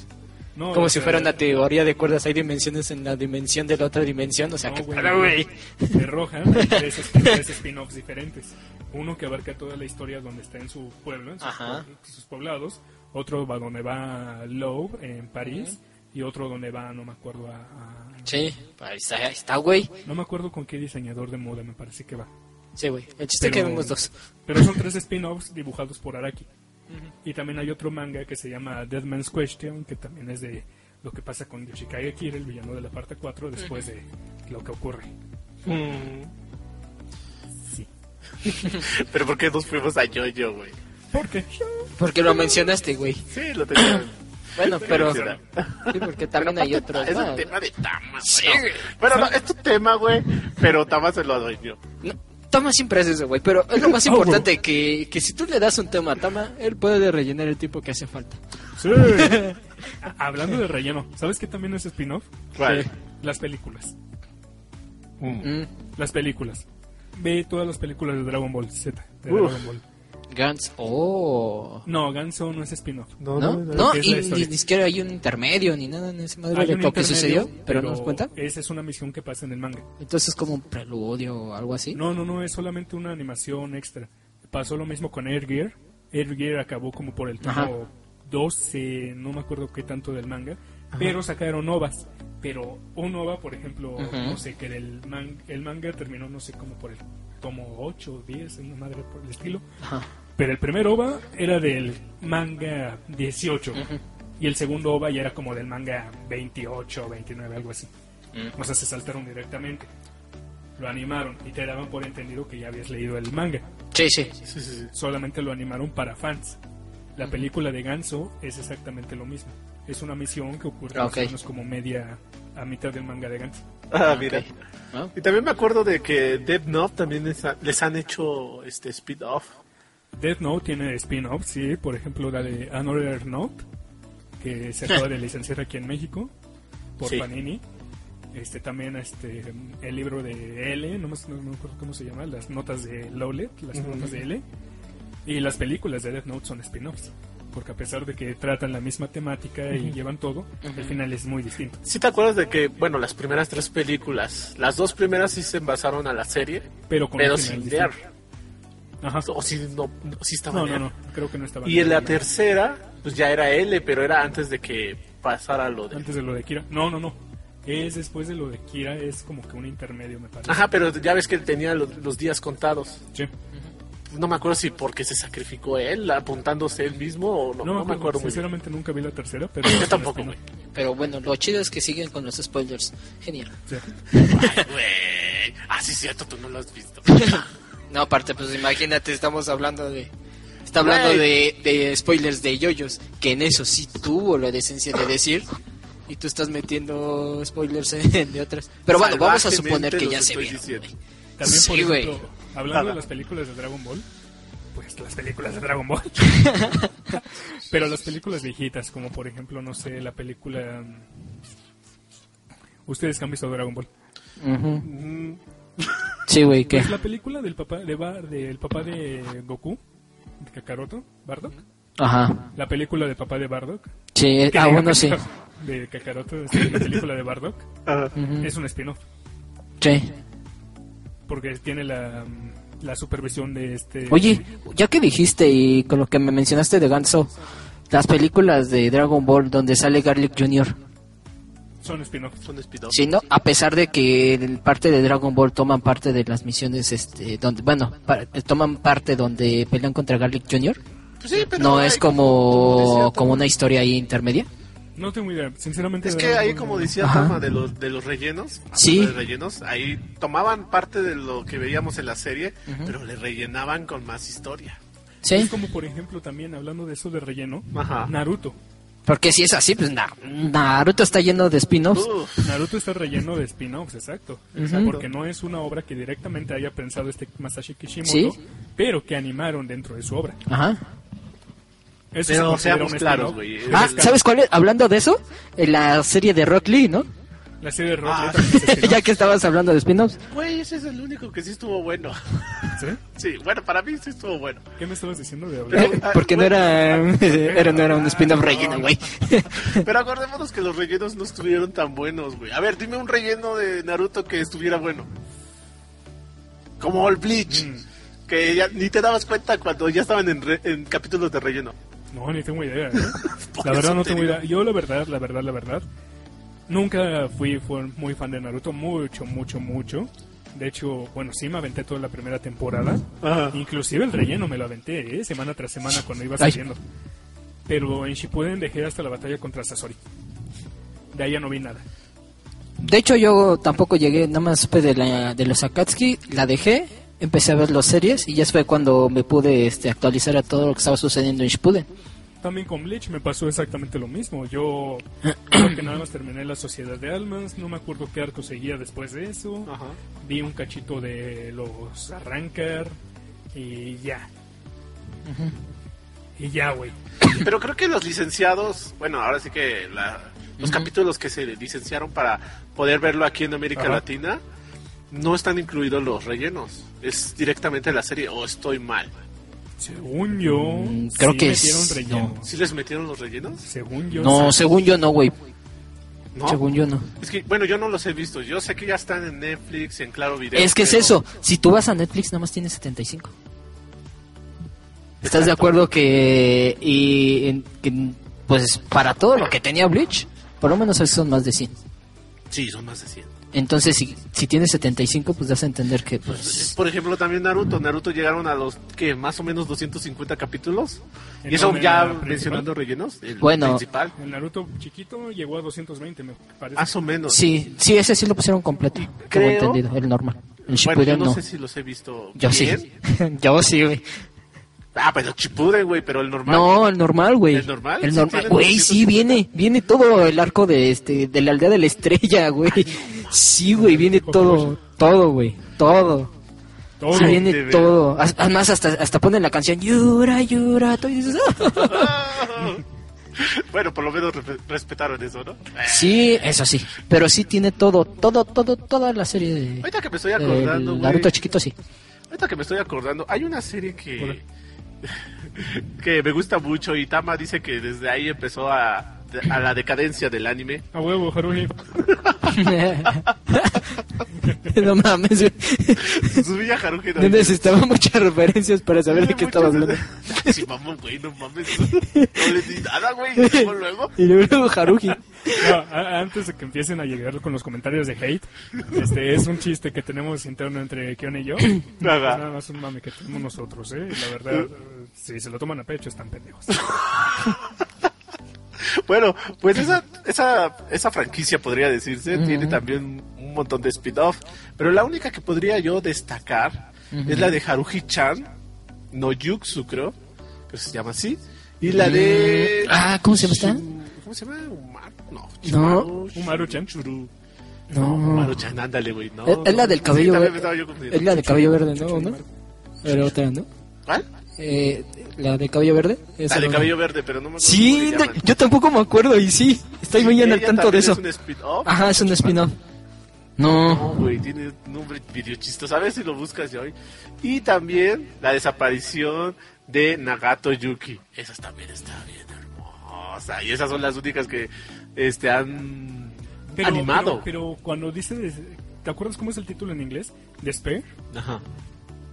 Speaker 1: No,
Speaker 4: como
Speaker 1: o
Speaker 4: si
Speaker 1: sea,
Speaker 4: fuera una teoría de cuerdas, hay dimensiones en la dimensión de la otra dimensión, o sea,
Speaker 1: No,
Speaker 4: que
Speaker 1: güey,
Speaker 4: para, güey.
Speaker 1: De Rohan, hay tres, esp- tres spin-offs diferentes. Uno que abarca toda la historia donde está en su pueblo, en sus,
Speaker 4: Ajá.
Speaker 1: pue- sus poblados. Otro va donde va Louvre, en París. Y otro donde va, no me acuerdo, a, a-
Speaker 4: Sí, ahí está, ahí está, güey.
Speaker 1: No me acuerdo con qué diseñador de moda me parece que va.
Speaker 4: Sí, güey. El chiste es Este que
Speaker 1: Pero-
Speaker 4: vemos dos.
Speaker 1: Pero son tres spin-offs dibujados por Araki. Y también hay otro manga que se llama Dead Man's Question, que también es de lo que pasa con Yoshikage Kira, el villano de la parte 4, después de lo que ocurre.
Speaker 2: Mm.
Speaker 1: Sí.
Speaker 2: [LAUGHS] Pero ¿por qué nos fuimos a Jojo, güey?
Speaker 1: Porque
Speaker 4: Porque lo mencionaste, güey.
Speaker 2: Sí, lo tenía. [COUGHS]
Speaker 4: Bueno, pero
Speaker 2: Sí, era.
Speaker 4: sí, porque también hay otros
Speaker 2: Es un
Speaker 4: más.
Speaker 2: tema de Tama,
Speaker 4: Sí,
Speaker 2: güey.
Speaker 4: güey.
Speaker 2: Pero no, es tu tema, güey. Pero Tama se lo adueñó.
Speaker 4: No, Tama siempre hace eso, güey, pero es lo más
Speaker 1: Ah, güey.
Speaker 4: importante que, que si tú le das un tema a Tama, él puede rellenar el tiempo que hace falta.
Speaker 1: Sí. [LAUGHS] Hablando de relleno, ¿sabes qué también es spin-off?
Speaker 2: Vale.
Speaker 1: Las películas.
Speaker 4: Mm,
Speaker 1: Las películas. Ve todas las películas de Dragon Ball Z. de
Speaker 2: Uf.
Speaker 1: Dragon Ball.
Speaker 4: Gantz, oh.
Speaker 1: No, Ganso no es spin-off.
Speaker 4: ¿No? No,
Speaker 1: es
Speaker 4: y
Speaker 1: la
Speaker 4: ni,
Speaker 1: historia.
Speaker 4: ni siquiera hay un intermedio ni nada en ese madre
Speaker 1: Hay
Speaker 4: de
Speaker 1: un
Speaker 4: lo que
Speaker 1: intermedio,
Speaker 4: sucedió, pero, no nos cuenta.
Speaker 1: Esa es una misión que pasa en el manga.
Speaker 4: Entonces, como un preludio o algo así.
Speaker 1: No, no, no, es solamente una animación extra. Pasó lo mismo con Air Gear. Air Gear acabó como por el
Speaker 4: Ajá.
Speaker 1: tomo 12, no me acuerdo qué tanto del manga, pero sacaron ovas. Pero un ova, por ejemplo,
Speaker 4: Ajá.
Speaker 1: no sé, que del man- el manga terminó, no sé, como por el tomo 8 o 10, una madre por el estilo.
Speaker 4: Ajá.
Speaker 1: Pero el primer ova era del manga 18.
Speaker 4: Ujú.
Speaker 1: Y el segundo ova ya era como del manga 28 o 29, algo así.
Speaker 4: Mm.
Speaker 1: O sea, se saltaron directamente. Lo animaron y te daban por entendido que ya habías leído el manga.
Speaker 4: Sí, sí.
Speaker 2: Sí, sí, sí.
Speaker 1: Solamente lo animaron para fans. La película de Ganso es exactamente lo mismo. Es una misión que ocurre más o
Speaker 4: Ah, Ok.
Speaker 1: menos como media a mitad del manga de Ganso.
Speaker 2: Ah,
Speaker 4: ok.
Speaker 2: mira.
Speaker 4: ¿No?
Speaker 2: Y también me acuerdo de que Dead Note también les, ha- les han hecho este speed-off.
Speaker 1: Death Note tiene spin-offs, sí. Por ejemplo, la de Another Note, que
Speaker 2: [LAUGHS]
Speaker 1: se acaba de licenciar aquí en México por
Speaker 2: Sí.
Speaker 1: Panini. Este, también este, el libro de L, no me, no me acuerdo cómo se llama, las notas de Lowlet, E las
Speaker 2: Ujú.
Speaker 1: notas de L. Y las películas de Death Note son spin-offs, porque a pesar de que tratan la misma temática y llevan todo, el final es muy distinto.
Speaker 2: ¿Sí te acuerdas de que, bueno, las primeras tres películas, las dos primeras sí se basaron a la serie,
Speaker 1: Pero con
Speaker 2: pero
Speaker 1: un final
Speaker 2: sin leer?
Speaker 1: distinto. Ajá.
Speaker 2: O si no, no, sí estaba
Speaker 1: No, no,
Speaker 2: leer.
Speaker 1: no, creo que no estaba.
Speaker 2: Y en la
Speaker 1: Leer.
Speaker 2: tercera, pues ya era L, pero era antes de que pasara lo de...
Speaker 1: Antes de lo de Kira. No, no, no. Es después de lo de Kira, es como que un intermedio, me parece.
Speaker 2: Ajá, pero ya ves que tenía los, los días contados.
Speaker 1: Sí.
Speaker 2: No me acuerdo si porque se sacrificó él, apuntándose él mismo o no.
Speaker 1: No,
Speaker 2: No, me acuerdo muy bien.
Speaker 1: Sinceramente nunca vi la tercera, pero.
Speaker 2: [LAUGHS] Yo tampoco, güey.
Speaker 4: Pero bueno, lo chido es que siguen con los spoilers. Genial.
Speaker 1: Sí.
Speaker 2: Ay, güey. Ah, sí, es cierto, tú no lo has
Speaker 4: [LAUGHS]
Speaker 2: visto.
Speaker 4: No, aparte, pues imagínate, estamos hablando de. Está hablando de, de spoilers de yoyos, que en eso sí tuvo la decencia de decir. Y tú estás metiendo spoilers en- de otras. Pero bueno, vamos a suponer
Speaker 2: Salvajemente
Speaker 4: que ya
Speaker 2: los
Speaker 4: se
Speaker 2: estoy
Speaker 4: vieron.
Speaker 2: diciendo.
Speaker 4: güey.
Speaker 1: También, por
Speaker 4: Sí, güey.
Speaker 1: ejemplo, hablando
Speaker 2: Nada.
Speaker 1: de las películas de Dragon Ball, pues las películas de Dragon
Speaker 2: [LAUGHS]
Speaker 1: Ball. pero las películas viejitas, como por ejemplo, no sé, la película. mm, Ustedes que han visto Dragon Ball.
Speaker 2: Mm,
Speaker 4: Sí, güey, ¿qué?
Speaker 1: Pues la película del papá de, Ba- del papá de Goku, de Kakaroto, Bardock.
Speaker 4: Ajá.
Speaker 1: La película del papá de Bardock.
Speaker 4: Sí,
Speaker 2: [LAUGHS]
Speaker 1: que
Speaker 4: a
Speaker 1: de
Speaker 4: uno Eh, ah, sí. Mm.
Speaker 1: De Kakaroto, este, la película de Bardock.
Speaker 2: ah,
Speaker 4: Ujú.
Speaker 1: Es un spin-off.
Speaker 4: Sí.
Speaker 1: porque tiene la, mm, la supervisión de este.
Speaker 4: Oye, ya que dijiste y con lo que me mencionaste de Ganso, las películas de Dragon Ball donde sale Garlic Jr.
Speaker 1: Son spin-offs.
Speaker 2: Son spin-offs.
Speaker 4: Sí, ¿no? A pesar de que el parte de Dragon Ball toman parte de las misiones, este, donde, bueno, pa- toman parte donde pelean contra Garlic Jr.
Speaker 2: Pues sí, pero
Speaker 4: No
Speaker 2: ahí
Speaker 4: es
Speaker 2: decía
Speaker 4: como, como
Speaker 2: Tama-
Speaker 4: una historia ahí intermedia.
Speaker 1: No tengo idea, sinceramente.
Speaker 2: Es
Speaker 1: de
Speaker 2: que
Speaker 1: verdad,
Speaker 2: ahí,
Speaker 1: no-
Speaker 2: como decía
Speaker 4: Ajá.
Speaker 2: Tama, de los, de los rellenos, hablando
Speaker 4: Sí.
Speaker 2: de rellenos, ahí tomaban parte de lo que veíamos en la serie, pero le rellenaban con más historia.
Speaker 4: Sí,
Speaker 1: Es como, por ejemplo, también hablando de eso de relleno,
Speaker 2: Ajá.
Speaker 1: Naruto.
Speaker 4: porque si es así, pues na- Naruto está lleno de spin-offs.
Speaker 2: Uf,
Speaker 1: Naruto está relleno de spin-offs, exacto.
Speaker 4: Ujú.
Speaker 1: Porque no es una obra que directamente haya pensado este Masashi Kishimoto,
Speaker 4: Sí.
Speaker 1: pero que animaron dentro de su obra.
Speaker 4: Ajá.
Speaker 1: Eso se
Speaker 2: pero
Speaker 1: considera
Speaker 2: seamos
Speaker 1: un
Speaker 2: claros,
Speaker 1: spin-off.
Speaker 2: güey.
Speaker 4: Ah,
Speaker 2: Es-
Speaker 4: ¿sabes cuál es? Hablando de eso, en la serie de Rock Lee, ¿no?
Speaker 1: La serie de Rock Lee
Speaker 2: Ah.
Speaker 1: también
Speaker 4: [LAUGHS]
Speaker 1: es spin-off.
Speaker 4: ya que estabas hablando de spin-offs.
Speaker 2: Güey, ese es el único que sí estuvo bueno. [LAUGHS]
Speaker 1: ¿Sí?
Speaker 2: Sí, bueno, para mí sí estuvo bueno.
Speaker 1: ¿Qué me estabas diciendo de
Speaker 2: [LAUGHS]
Speaker 1: hablar?
Speaker 2: Pero-
Speaker 4: eh, Porque no era, [LAUGHS] era- no era un spin-off
Speaker 2: No.
Speaker 4: relleno, güey.
Speaker 2: Pero acordémonos que los rellenos no estuvieron tan buenos, güey. A ver, dime un relleno de Naruto que estuviera bueno. Como All Bleach.
Speaker 1: Mm.
Speaker 2: Que ya ni te dabas cuenta cuando ya estaban en, re- en capítulos de relleno.
Speaker 1: No, ni tengo idea. ¿eh?
Speaker 2: [LAUGHS] Por
Speaker 1: La verdad
Speaker 2: eso
Speaker 1: no
Speaker 2: te
Speaker 1: tengo
Speaker 2: digo.
Speaker 1: idea. Yo la verdad, la verdad, la verdad. Nunca fui, fue muy fan de Naruto, mucho, mucho, mucho. De hecho, bueno, sí me aventé toda la primera temporada.
Speaker 2: Ajá.
Speaker 1: Inclusive el relleno me lo aventé, ¿eh? semana tras semana cuando iba
Speaker 4: Ay.
Speaker 1: saliendo. Pero en Shippuden dejé hasta la batalla contra Sasori. De ahí ya no vi nada.
Speaker 4: De hecho, yo tampoco llegué, nada más supe de, la, de los Akatsuki, la dejé, empecé a ver las series y ya fue cuando me pude este, actualizar a todo lo que estaba sucediendo en Shippuden.
Speaker 1: También con Bleach me pasó exactamente lo mismo. Yo creo que nada más terminé la Sociedad de Almas, no me acuerdo qué arco seguía después de eso.
Speaker 2: Ajá.
Speaker 1: Vi un cachito de los Arrancar y ya. Y ya, güey.
Speaker 2: Pero creo que los licenciados, bueno, ahora sí que la- los capítulos que se licenciaron para poder verlo aquí en América
Speaker 1: Ajá.
Speaker 2: Latina, no están incluidos los rellenos. Es directamente la serie, o estoy mal.
Speaker 1: Según yo,
Speaker 4: Mm, creo
Speaker 1: sí
Speaker 4: que
Speaker 1: metieron
Speaker 4: es-
Speaker 1: relleno.
Speaker 2: ¿Sí les metieron los rellenos?
Speaker 1: Según yo,
Speaker 4: No,
Speaker 1: sí.
Speaker 4: según yo no, güey.
Speaker 2: No.
Speaker 4: Según yo no.
Speaker 2: Es que, bueno, yo no los he visto. Yo sé que ya están en Netflix, en Claro Video.
Speaker 4: Es que es
Speaker 2: pero-
Speaker 4: eso, si tú vas a Netflix, nada más tienes 75. ¿Estás de acuerdo que, y, en- que, pues para todo lo que tenía Bleach, por lo menos son más de 100?
Speaker 2: Sí, son más de 100.
Speaker 4: Entonces, si, si tienes 75, pues das a entender que
Speaker 2: Es,
Speaker 4: pues,
Speaker 2: Por ejemplo, también Naruto. Naruto llegaron a los que más o menos 250 capítulos.
Speaker 1: ¿En
Speaker 2: Y eso
Speaker 1: dónde
Speaker 2: ya
Speaker 1: era la
Speaker 2: mencionando rellenos. El
Speaker 4: Bueno.
Speaker 2: principal.
Speaker 1: El Naruto chiquito llegó a 220, me parece.
Speaker 4: Ah,
Speaker 2: Más o menos.
Speaker 4: Sí, sí, ese sí lo pusieron completo. Como
Speaker 2: creo-
Speaker 4: entendido, el normal. El
Speaker 2: Bueno, yo
Speaker 4: Shippuden
Speaker 2: no,
Speaker 4: no.
Speaker 2: sé si los he visto.
Speaker 4: Yo sí.
Speaker 2: bien.
Speaker 4: [LAUGHS] Yo sí, güey.
Speaker 2: Ah, pero Chipuden, güey, pero el normal.
Speaker 4: No, el normal, güey.
Speaker 2: ¿El normal?
Speaker 4: El
Speaker 2: Sí,
Speaker 4: normal,
Speaker 2: tiene
Speaker 4: güey,
Speaker 2: 250.
Speaker 4: sí, viene. Viene todo el arco de este de la aldea de la estrella, güey. Sí, güey, viene todo. Todo, güey. Todo.
Speaker 1: Todo.
Speaker 4: O sea, viene
Speaker 2: de veras.
Speaker 4: todo. As- Además, hasta, hasta ponen la canción Yura, Yura. todo, y dices, "Ah".
Speaker 2: Ah. [LAUGHS] bueno, por lo menos re- respetaron eso, ¿no? Eh,
Speaker 4: Sí, eso sí. Pero sí tiene todo, todo, todo, toda la serie de.
Speaker 2: Ahorita que me estoy
Speaker 4: del
Speaker 2: acordando, güey.
Speaker 4: Naruto chiquito, sí.
Speaker 2: Ahorita que me estoy acordando, hay una serie que [LAUGHS] que me gusta mucho y Tama dice que desde ahí empezó a, a la decadencia del anime.
Speaker 1: A huevo, Haruhi.
Speaker 4: [LAUGHS] no mames, güey.
Speaker 2: Subía Haruhi no
Speaker 4: No necesitaba muchas referencias para saber de qué estaba hablando.
Speaker 2: Sí, mamón, güey, no mames. No le di nada, güey. y luego, luego.
Speaker 4: [LAUGHS] Y luego Haruji.
Speaker 1: No, a- antes de que empiecen a llegar con los comentarios de hate, este es un chiste que tenemos interno entre Kion y yo. Es nada
Speaker 2: Nada.
Speaker 1: más un mame que tenemos nosotros, ¿eh? La verdad, eh, si se lo toman a pecho, están pendejos.
Speaker 2: Bueno, pues esa, esa, esa franquicia podría decirse, tiene también un montón de spin-off, pero la única que podría yo destacar es la de Haruhi-chan, no Yuksu, creo, que se llama así, y la de...
Speaker 4: Mm, ah, ¿cómo se llama esta?
Speaker 2: Shim- Pues ¿Cómo se llama? Umar... No,
Speaker 4: No.
Speaker 1: Umaru-chan.
Speaker 2: Churu.
Speaker 4: No.
Speaker 2: Umaru-chan, ándale, güey, no.
Speaker 4: Es- es la del
Speaker 2: Sí,
Speaker 4: cabello
Speaker 2: también
Speaker 4: verde.
Speaker 2: me estaba yo confundiendo.
Speaker 4: Es la de cabello verde, ¿no? ¿No? Era otra, ¿no?
Speaker 2: ¿Cuál?
Speaker 4: Eh, la de cabello verde. Esa
Speaker 2: La de
Speaker 4: no.
Speaker 2: cabello verde, pero no me acuerdo
Speaker 4: Sí,
Speaker 2: cómo le
Speaker 4: no,
Speaker 2: llaman.
Speaker 4: yo tampoco me acuerdo y sí. Estoy muy en
Speaker 2: Ella
Speaker 4: el tanto de
Speaker 2: también
Speaker 4: eso.
Speaker 2: Es un spin-off.
Speaker 4: Ajá, es un spin-off. No.
Speaker 2: No, güey, tiene nombre video chistoso. A ver si lo buscas hoy. Y también la desaparición de Nagato Yuki. Esas también está bien hermosa. Y esas son las únicas que este han animado.
Speaker 1: Pero, pero cuando dice. des- ¿Te acuerdas cómo es el título en inglés? Despair,
Speaker 2: Ajá.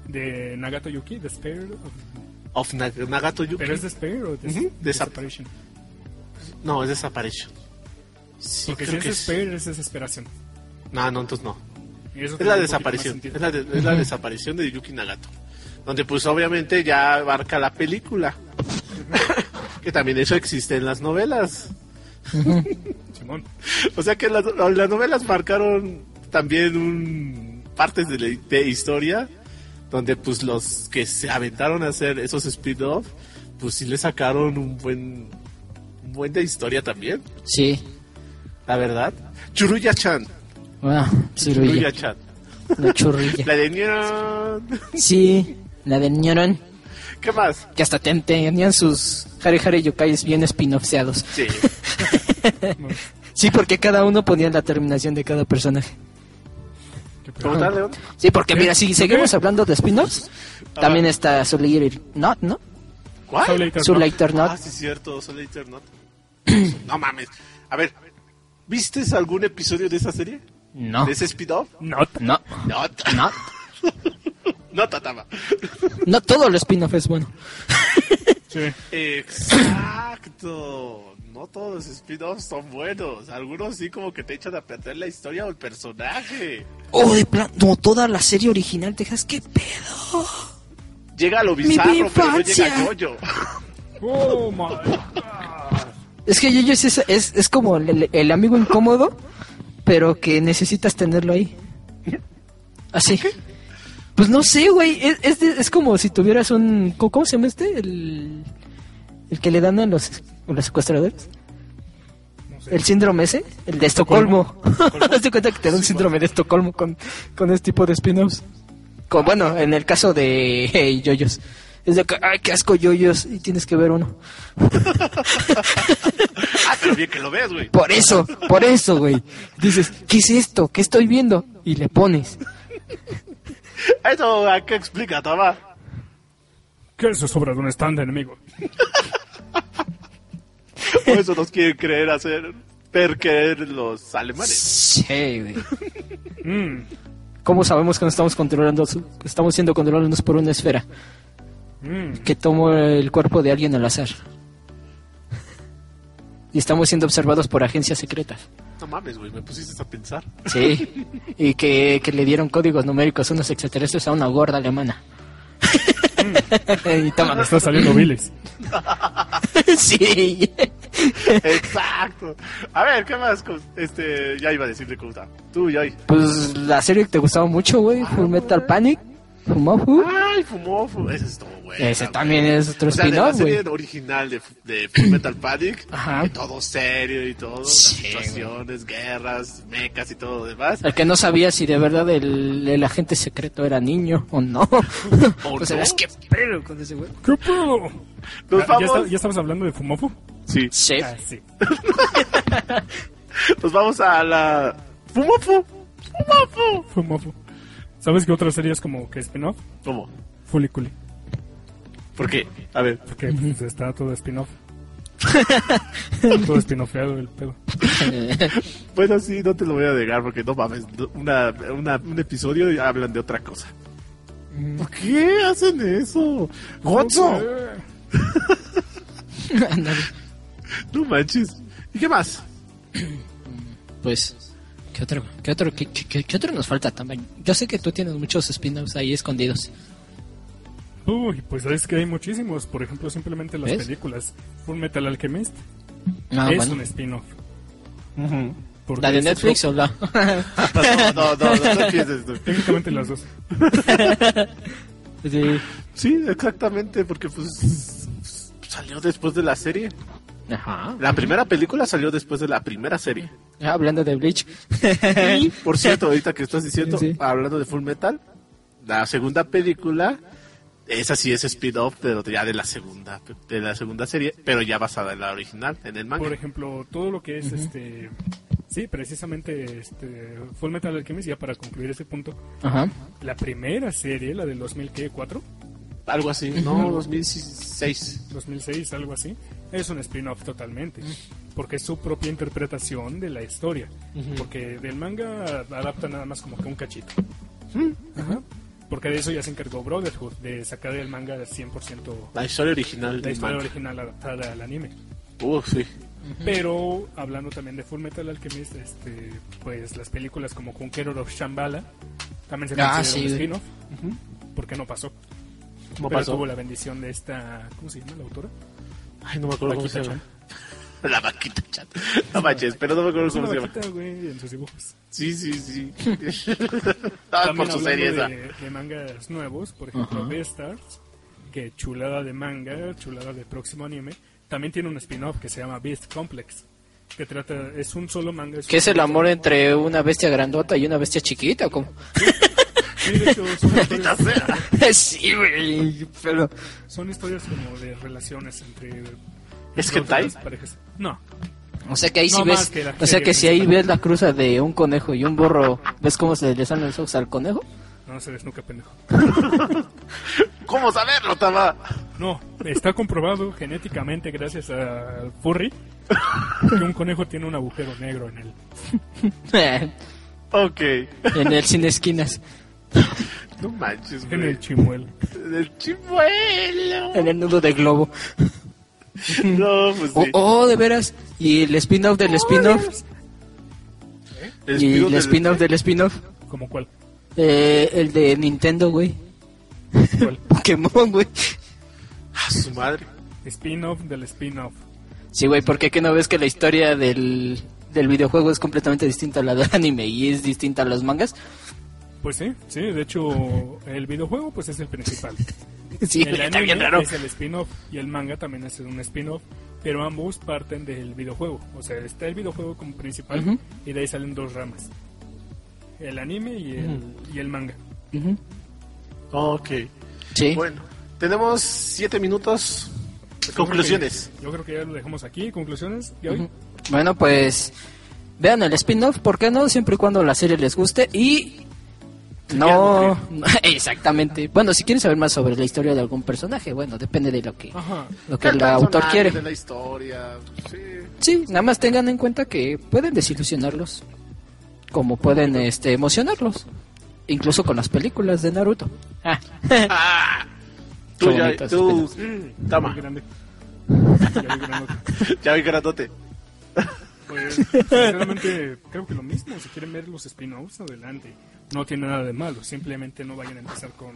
Speaker 1: de Nagato Yuki. Despair. of-
Speaker 2: Of Na- Nagato Yuki.
Speaker 1: ¿Pero es Despair o des-
Speaker 2: Ujú, desap-
Speaker 1: Desaparition?
Speaker 2: No, es desaparición.
Speaker 4: Sí,
Speaker 1: Porque si
Speaker 2: creo
Speaker 1: es
Speaker 2: que sí.
Speaker 1: despair, es desesperación.
Speaker 2: No, no, entonces no.
Speaker 1: Y eso
Speaker 2: Es
Speaker 1: tiene un poquito
Speaker 2: la
Speaker 1: más
Speaker 2: desaparición.
Speaker 1: sentido.
Speaker 2: Es la, de- es la desaparición de Yuki Nagato. Donde pues obviamente ya abarca la película. [LAUGHS] que también eso existe en las novelas.
Speaker 1: Simón.
Speaker 2: O sea que las, las novelas marcaron también un, partes de, la- de historia donde pues los que se aventaron a hacer esos spin-off, pues sí le sacaron un buen, un buen de historia también,
Speaker 4: Sí.
Speaker 2: la verdad. Churuya-chan,
Speaker 4: Ah, Cirulla.
Speaker 2: Churuya-chan,
Speaker 4: La churrilla.
Speaker 2: la de Neon.
Speaker 4: Sí, la de Ñoron.
Speaker 2: [LAUGHS] ¿Qué más?
Speaker 4: Que hasta ten- tenían sus Hare Hare Yokais bien
Speaker 2: [LAUGHS]
Speaker 4: spin-offseados.
Speaker 2: Sí,
Speaker 4: Sí, porque cada uno ponía la terminación de cada personaje.
Speaker 1: Qué pedo.
Speaker 4: Ah.
Speaker 2: ¿cómo tal, León?
Speaker 4: Sí, porque mira, si seguimos hablando de spin-offs,
Speaker 2: Ah.
Speaker 4: también está Soul Eater Not,
Speaker 1: Soul
Speaker 4: ¿no?
Speaker 2: ¿Cuál?
Speaker 1: Eater,
Speaker 4: Soul
Speaker 1: ¿no?
Speaker 4: Eater
Speaker 2: Ah,
Speaker 4: Not.
Speaker 2: sí, cierto, Soul Eater Not. no mames. A ver, ¿vistes algún episodio de esa serie?
Speaker 4: No,
Speaker 2: ¿De ese spin-off?
Speaker 1: Not.
Speaker 4: no,
Speaker 2: No,
Speaker 4: no.
Speaker 2: no, Tatama. [LAUGHS]
Speaker 4: No todo el spin-off es bueno.
Speaker 1: Sí.
Speaker 2: Exacto. No todos los spin-offs son buenos. Algunos sí como que te echan a perder la historia o el personaje.
Speaker 4: Oh, de plan, no, toda la serie original, Texas, qué pedo.
Speaker 2: Llega lo
Speaker 4: Mi
Speaker 2: bizarro, pero no
Speaker 4: infancia.
Speaker 2: llega Goyo.
Speaker 1: Oh, my.
Speaker 4: Es que Yoyos es, es, es como el, el amigo incómodo, pero que necesitas tenerlo ahí. Así. Pues no sé, güey. Es, es, de- es como si tuvieras un. ¿Cómo cómo se llama este? El, el que le dan a los, a los secuestradores.
Speaker 1: No sé.
Speaker 4: El síndrome ese, el de Estocolmo. [LAUGHS] Hazte cuenta que te da un síndrome de Estocolmo con, con este tipo de spin-offs. Con- Bueno, en el caso de [LAUGHS] hey, Yoyos. Es de que, ay, qué asco Yoyos. Y tienes que ver
Speaker 1: [LAUGHS]
Speaker 4: uno.
Speaker 2: [LAUGHS] Ah, pero bien que lo ves, güey.
Speaker 4: Por eso, por eso, güey. Dices, ¿qué es esto? ¿Qué estoy viendo? Y le pones.
Speaker 2: Eso, ¿a qué explica, Tama?
Speaker 1: ¿Qué es eso sobre un stand, enemigo?
Speaker 2: O eso nos quieren creer hacer, ver creer los alemanes.
Speaker 4: Sí, güey.
Speaker 1: Mm.
Speaker 4: ¿Cómo sabemos que no estamos controlando, su- que estamos siendo controlados por una esfera
Speaker 1: Mm.
Speaker 4: que tomó el cuerpo de alguien al azar? Y estamos siendo observados por agencias secretas.
Speaker 2: No mames, güey, me pusiste a pensar.
Speaker 4: Sí. Y que, que le dieron códigos numéricos unos extraterrestres a una gorda [LAUGHS] alemana. y
Speaker 1: Me
Speaker 2: Ah.
Speaker 4: toma.
Speaker 1: está saliendo viles.
Speaker 4: sí.
Speaker 2: Exacto. A ver, ¿qué más? cos- Este, ya iba a decirle cosa. Tú, Yoy.
Speaker 4: Pues la serie que te gustaba mucho, güey. Full Metal Panic. Fumofu.
Speaker 2: Ay, fumó, fumó. Ese estuvo bueno.
Speaker 4: Ese también es otro
Speaker 2: O sea, de la
Speaker 4: spin-off, güey.
Speaker 2: serie original de, de Full Metal Panic,
Speaker 4: Ajá.
Speaker 2: que todo serio y todo, las
Speaker 4: Sí,
Speaker 2: situaciones, guerras, mecas y todo lo demás.
Speaker 4: El que no sabía si de verdad el, el agente secreto era niño o
Speaker 2: [LAUGHS]
Speaker 4: no.
Speaker 2: ¿O
Speaker 4: o sea,
Speaker 2: no?
Speaker 4: es que pedo con ese güey.
Speaker 1: ¿Qué pedo?
Speaker 2: Nos
Speaker 1: Ah, ¿Ya,
Speaker 2: vamos,
Speaker 1: está- ya estamos hablando de Fumofu?
Speaker 2: sí,
Speaker 4: Sí.
Speaker 1: Ah, sí.
Speaker 2: nos vamos a la Fumofu. Fumofu.
Speaker 1: Fumofu. ¿Sabes qué otra serie es como que spin-off?
Speaker 2: ¿Cómo?
Speaker 1: Fuliculi.
Speaker 2: ¿Por qué? A ver,
Speaker 1: Porque pues, está todo [LAUGHS] spin-off. todo spin-offeado el pedo.
Speaker 2: [LAUGHS] bueno, sí, no te lo voy a negar porque no mames, no- una, una- un episodio y hablan de otra cosa. ¿Por qué hacen eso? ¡Gonzo!
Speaker 1: Eh,
Speaker 4: Ándale.
Speaker 2: No manches. ¿Y qué más?
Speaker 4: pues, ¿qué otro, qué, otro, qué, qué- qué- qué otro nos falta también? Yo sé que tú tienes muchos spin-offs ahí escondidos.
Speaker 1: Uy, pues es que hay muchísimos. Por ejemplo, simplemente las
Speaker 4: ¿Ves?
Speaker 1: películas. Full Metal Alchemist
Speaker 4: Ah,
Speaker 1: es
Speaker 4: bueno.
Speaker 1: un spin-off. Porque
Speaker 4: ¿La de
Speaker 1: es-
Speaker 4: Netflix o la...?
Speaker 2: [LAUGHS]
Speaker 4: [LAUGHS]
Speaker 2: No, no, no, no, no empieces tú.
Speaker 1: Técnicamente las dos.
Speaker 4: Sí.
Speaker 2: Sí, exactamente, porque pues salió después de la serie.
Speaker 4: Ajá.
Speaker 2: La primera película salió después de la primera serie.
Speaker 4: Ah, Hablando de Bleach.
Speaker 2: Y, por cierto, ahorita que estás diciendo,
Speaker 4: Sí, sí.
Speaker 2: hablando de Full Metal, la segunda película, esa sí es spin-off, pero ya de la segunda, de la segunda serie, pero ya basada en la original, en el
Speaker 1: Por
Speaker 2: manga.
Speaker 1: ejemplo, todo lo que es este. Sí, precisamente este, Full Metal Alchemist, ya para concluir ese punto.
Speaker 4: [LAUGHS] Ajá.
Speaker 1: La primera serie, la del 2004,
Speaker 2: Algo así, no, 2006.
Speaker 1: 2006, algo así, es un spin-off totalmente. Porque es su propia interpretación de la historia. Porque del manga adapta nada más como que un cachito. Ajá. Porque de eso ya se encargó Brotherhood, de sacar el manga 100%
Speaker 2: La historia original
Speaker 1: la
Speaker 2: del
Speaker 1: historia
Speaker 2: manga.
Speaker 1: original adaptada al anime.
Speaker 2: Uf, sí.
Speaker 1: Pero hablando también de Full Metal Alchemist, este, pues las películas como Conqueror of Shambhala también se
Speaker 4: Ah,
Speaker 1: consideran
Speaker 4: sí,
Speaker 1: un
Speaker 4: güey.
Speaker 1: spin-off. Ujú, Porque no pasó.
Speaker 2: ¿Cómo
Speaker 1: Pero
Speaker 2: pasó?
Speaker 1: tuvo la bendición de esta. ¿Cómo se llama la autora?
Speaker 2: Ay, no me acuerdo cómo se
Speaker 1: Vaquita
Speaker 2: llama. La vaquita chat. No manches, pero no me acuerdo
Speaker 1: Es una
Speaker 2: cómo se llama.
Speaker 1: vaquita, güey, en sus dibujos.
Speaker 2: Sí,
Speaker 1: [LAUGHS]
Speaker 2: sí, sí. Estaba
Speaker 1: También
Speaker 2: Ah, por su
Speaker 1: hablando
Speaker 2: serie esa.
Speaker 1: de, de mangas nuevos, por ejemplo, Beastars, que chulada de manga, chulada de próximo anime, también tiene un spin-off que se llama Beast Complex, que trata, es un solo manga.
Speaker 4: ¿Qué es el
Speaker 1: un-
Speaker 4: amor entre una bestia grandota y una bestia chiquita? ¿Cómo? [LAUGHS]
Speaker 1: Sí, de hecho, son historias,
Speaker 4: sí, güey, pero...
Speaker 1: son historias como de relaciones entre...
Speaker 2: ¿Es
Speaker 1: entre
Speaker 2: hentai?
Speaker 1: otras parejas. No,
Speaker 4: O sea que ahí
Speaker 1: No
Speaker 4: sí
Speaker 1: más
Speaker 4: ves...
Speaker 1: que la
Speaker 4: o sea
Speaker 1: serie
Speaker 4: que si ahí
Speaker 1: principal.
Speaker 4: ves la cruza de un conejo y un burro, ¿ves cómo se le salen los ojos al conejo? [LAUGHS]
Speaker 1: no se nunca pendejo.
Speaker 2: ¿Cómo saberlo, Tama?
Speaker 1: No, está comprobado [LAUGHS] genéticamente gracias a Furry que un conejo tiene un agujero negro en él.
Speaker 4: en
Speaker 2: Ok.
Speaker 4: el sin esquinas,
Speaker 2: No manches,
Speaker 1: En
Speaker 2: güey.
Speaker 1: el chimuelo.
Speaker 2: El chimuelo.
Speaker 4: [LAUGHS] en el nudo de globo.
Speaker 2: No, pues
Speaker 4: Oh,
Speaker 2: sí.
Speaker 4: oh, de veras. Y el spin-off del spin-off.
Speaker 2: El
Speaker 4: Y
Speaker 2: espino
Speaker 4: el
Speaker 2: del-
Speaker 4: spin-off del spin-off.
Speaker 1: ¿Como cuál?
Speaker 4: Eh, el de Nintendo, güey. [LAUGHS]
Speaker 1: ¿Cuál?
Speaker 4: Pokémon, güey.
Speaker 2: Ah, [LAUGHS] su madre.
Speaker 1: Spin-off del spin-off.
Speaker 4: Sí, güey, porque qué no ves que la historia del, del videojuego es completamente distinta a la del anime y es distinta a los mangas?
Speaker 1: Pues sí, sí, de hecho el videojuego pues es el
Speaker 4: [LAUGHS]
Speaker 1: principal.
Speaker 4: Sí,
Speaker 1: el
Speaker 4: güey, está
Speaker 1: anime
Speaker 4: bien raro.
Speaker 1: es el spin-off y el manga también es un spin-off, pero ambos parten del videojuego. O sea, está el videojuego como principal
Speaker 4: Ujú.
Speaker 1: y de ahí salen dos ramas. El anime y el, y el manga.
Speaker 4: Ujú.
Speaker 2: Ok.
Speaker 4: Sí.
Speaker 2: Bueno, tenemos siete minutos. Conclusiones.
Speaker 1: Yo creo que ya lo dejamos aquí. ¿Conclusiones? ¿Y hoy?
Speaker 4: Bueno, pues vean el spin-off, ¿por qué no? Siempre y cuando la serie les guste y... No, [LAUGHS] exactamente. Bueno, si quieren saber más sobre la historia de algún personaje, bueno, depende de lo que,
Speaker 1: Ajá.
Speaker 4: lo que el autor
Speaker 2: personaje,
Speaker 4: quiere.
Speaker 2: De la historia. Sí.
Speaker 4: Sí, nada más tengan en cuenta que pueden desilusionarlos, como pueden este, emocionarlos, incluso con las películas de Naruto. [LAUGHS] Ah,
Speaker 2: Ah, tú,
Speaker 4: Qué
Speaker 2: ya,
Speaker 4: bonitas
Speaker 2: tú, mm,
Speaker 1: Muy
Speaker 2: toma,
Speaker 1: grande. Ya vi granote.
Speaker 2: [LAUGHS] ya vi
Speaker 4: [LAUGHS]
Speaker 2: grandote.
Speaker 1: Pues, sinceramente, creo que lo mismo. Si quieren ver los spin-offs, adelante. No tiene nada de malo. Simplemente no vayan a empezar con.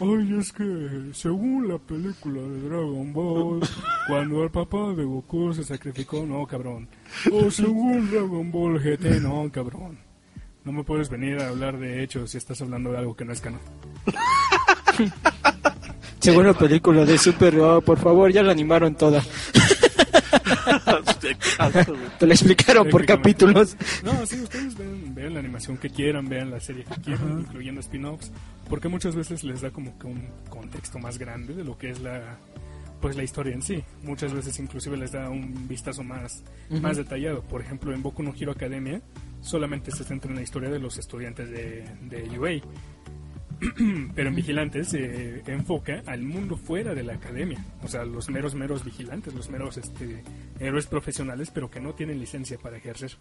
Speaker 1: Ay, es que según la película de Dragon Ball, cuando el papá de Goku se sacrificó, no, cabrón. O según Dragon Ball GT, no, cabrón. No me puedes venir a hablar de hechos si estás hablando de algo que no es canon.
Speaker 4: Según la película de Super, oh, por favor, ya la animaron toda. Te la explicaron por capítulos.
Speaker 1: No, sí, ustedes ven, vean la animación que quieran, vean la serie que quieran, incluyendo spin-offs, porque muchas veces les da como que un contexto más grande de lo que es la pues la historia en sí. Muchas veces inclusive les da un vistazo más más detallado. Por ejemplo, en Boku no Hero Academia solamente se centra en la historia de los estudiantes de, de UA. [CLEARS THROAT] Pero en Vigilantes se enfoca al mundo fuera de la academia, o sea, los meros, meros vigilantes, los meros este, héroes profesionales, pero que no tienen licencia para ejercer.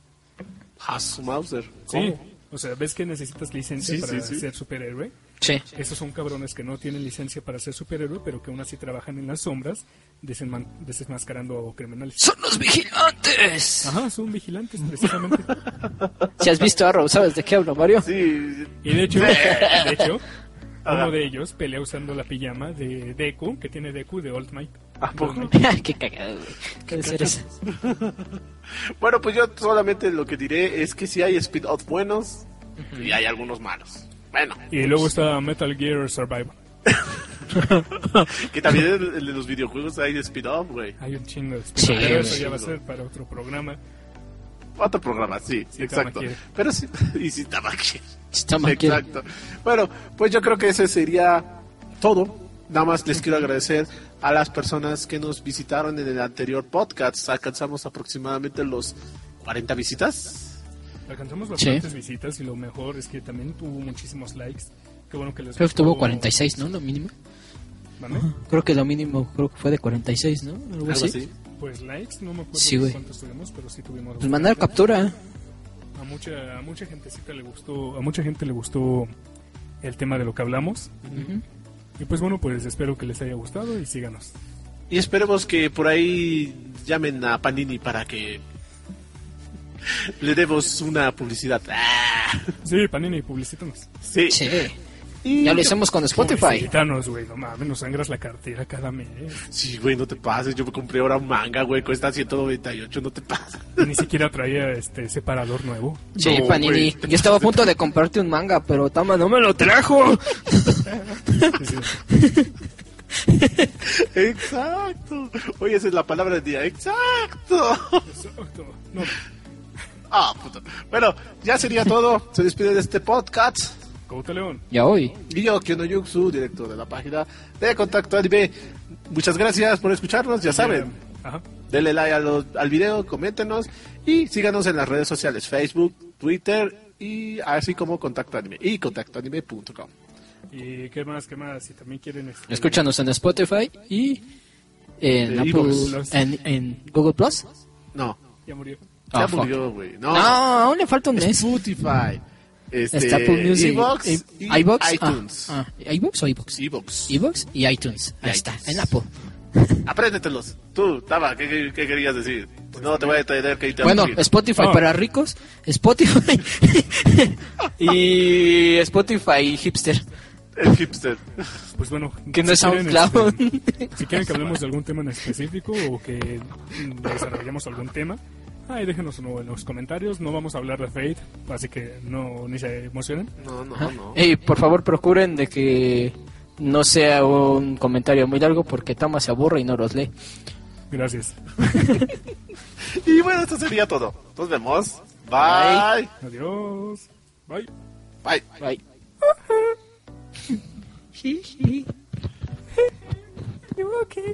Speaker 2: A su Mauser.
Speaker 1: Sí.
Speaker 2: ¿Cómo?
Speaker 1: O sea, ¿ves que necesitas licencia
Speaker 2: Sí,
Speaker 1: para
Speaker 2: sí, sí.
Speaker 1: ser superhéroe?
Speaker 4: Sí.
Speaker 1: Esos son cabrones que no tienen licencia para ser superhéroe, pero que aún así trabajan en las sombras desenman- desenmascarando criminales.
Speaker 4: ¡Son los vigilantes!
Speaker 1: Ajá, son vigilantes precisamente.
Speaker 4: Si has visto Arrow, ¿sabes de qué hablo, Mario?
Speaker 2: Sí.
Speaker 1: Y de hecho, de hecho
Speaker 2: Ajá.
Speaker 1: uno de ellos pelea usando la pijama de Deku, que tiene Deku de Old Might.
Speaker 2: ¿A poco?
Speaker 4: [LAUGHS] qué cagado, güey. Qué ser esa.
Speaker 2: Bueno, pues yo solamente lo que diré es que sí hay spin-offs buenos y hay algunos malos. Bueno,
Speaker 1: Y luego está Metal Gear Survival.
Speaker 2: que también en el de los videojuegos hay spin-off, güey.
Speaker 1: Hay un chingo de
Speaker 4: Sí,
Speaker 1: Pero eso
Speaker 4: un
Speaker 1: ya va a
Speaker 2: chingo.
Speaker 1: ser para otro programa.
Speaker 2: Otro programa, sí,
Speaker 1: Sí,
Speaker 2: exacto.
Speaker 1: Tamaki.
Speaker 2: Pero sí, [LAUGHS] y sí, Tamaki.
Speaker 4: Está mal, quiero.
Speaker 2: Exacto. Bueno, pues yo creo que ese sería todo. Nada más les quiero agradecer a las personas que nos visitaron en el anterior podcast. Alcanzamos aproximadamente los 40 visitas.
Speaker 1: Alcanzamos
Speaker 4: Sí.
Speaker 1: bastantes visitas y lo mejor es que también tuvo muchísimos likes. Qué bueno que les
Speaker 4: Creo que tuvo
Speaker 1: gustó.
Speaker 4: 46, ¿no? Lo mínimo.
Speaker 1: ¿Vale?
Speaker 4: Creo que lo mínimo creo que fue de 46, ¿no? Algo
Speaker 2: Algo
Speaker 4: así.
Speaker 2: así.
Speaker 1: Pues likes, no me acuerdo
Speaker 4: Sí, güey.
Speaker 1: cuántos tuvimos, pero sí tuvimos.
Speaker 4: Pues mandar captura.
Speaker 1: A mucha, a mucha gentecita le gustó, a mucha gente le gustó el tema de lo que hablamos. Y pues bueno, pues espero que les haya gustado y síganos.
Speaker 2: Y esperemos que por ahí llamen a Panini para que le demos una publicidad. ¡Ah!
Speaker 1: Sí, Panini, publicítanos.
Speaker 2: Sí.
Speaker 4: Che,
Speaker 2: Y-
Speaker 4: ya lo hicimos con Spotify.
Speaker 1: Publicítanos, güey, no mames, nos sangras la cartera cada mes.
Speaker 2: Sí, güey, no te pases. Yo me compré ahora un manga, güey, cuesta 198, no te pases.
Speaker 1: Ni siquiera traía este separador nuevo.
Speaker 4: Che,
Speaker 2: No,
Speaker 4: Panini,
Speaker 2: güey, te
Speaker 4: yo estaba a punto de comprarte un manga, pero Tama no me lo trajo.
Speaker 1: Sí, sí.
Speaker 4: [LAUGHS]
Speaker 2: Exacto. Oye, esa es la palabra del día. Exacto. [LAUGHS]
Speaker 1: Exacto. No,
Speaker 2: Ah, puta. Bueno, ya sería todo. Se despide de este podcast.
Speaker 1: Couta León.
Speaker 4: Ya hoy.
Speaker 2: Y yo, Kiono Yuxu, director de la página de Contacto Anime. Muchas gracias por escucharnos, ya saben.
Speaker 1: Ajá.
Speaker 2: Denle like a los- al video, coméntenos y síganos en las redes sociales, Facebook, Twitter y así como Contacto Anime y contactoanime.com.
Speaker 1: ¿Y qué más? ¿Qué más? Si también quieren. este,
Speaker 4: Escúchanos en Spotify y en,
Speaker 2: De
Speaker 4: Apple-
Speaker 2: iVoox.
Speaker 4: en, en Google Plus.
Speaker 2: No,
Speaker 1: Ya murió.
Speaker 2: ya
Speaker 4: Ah, fuck.
Speaker 2: murió, güey. No,
Speaker 4: No, aún le falta un mes.
Speaker 2: Spotify. Este,
Speaker 4: Está Apple Music,
Speaker 2: iVoox
Speaker 4: eh,
Speaker 2: y
Speaker 4: iVoox, ah,
Speaker 2: iTunes.
Speaker 4: ah, iVoox o iVoox?
Speaker 2: iVoox.
Speaker 4: iVoox y Ah, iTunes. Ahí
Speaker 2: Y
Speaker 4: está,
Speaker 2: iTunes.
Speaker 4: en Apple.
Speaker 2: Apréndetelos. Tú, Taba, ¿qué, qué, qué querías decir? No te voy a tener que
Speaker 4: Bueno,
Speaker 2: interrumpir.
Speaker 4: Spotify
Speaker 1: Ah.
Speaker 4: para ricos, Spotify [LAUGHS] y Spotify hipster,
Speaker 2: El hipster.
Speaker 1: Pues bueno.
Speaker 4: que
Speaker 1: si
Speaker 4: no es
Speaker 1: quieren,
Speaker 4: SoundCloud.
Speaker 1: este, Si quieren que hablemos de algún tema en específico o que mm, desarrollemos algún tema, ahí déjenos en los comentarios. No vamos a hablar de Fate, así que no ni se emocionen.
Speaker 2: No, no, no.
Speaker 4: Ey, por favor, procuren de que no sea un comentario muy largo porque Tama se aburre y no los lee.
Speaker 1: Gracias.
Speaker 2: [LAUGHS] Y bueno, esto sería todo. Nos vemos. Bye.
Speaker 1: Adiós. Bye.
Speaker 2: Bye.
Speaker 4: [LAUGHS] Bye.
Speaker 1: You're okay.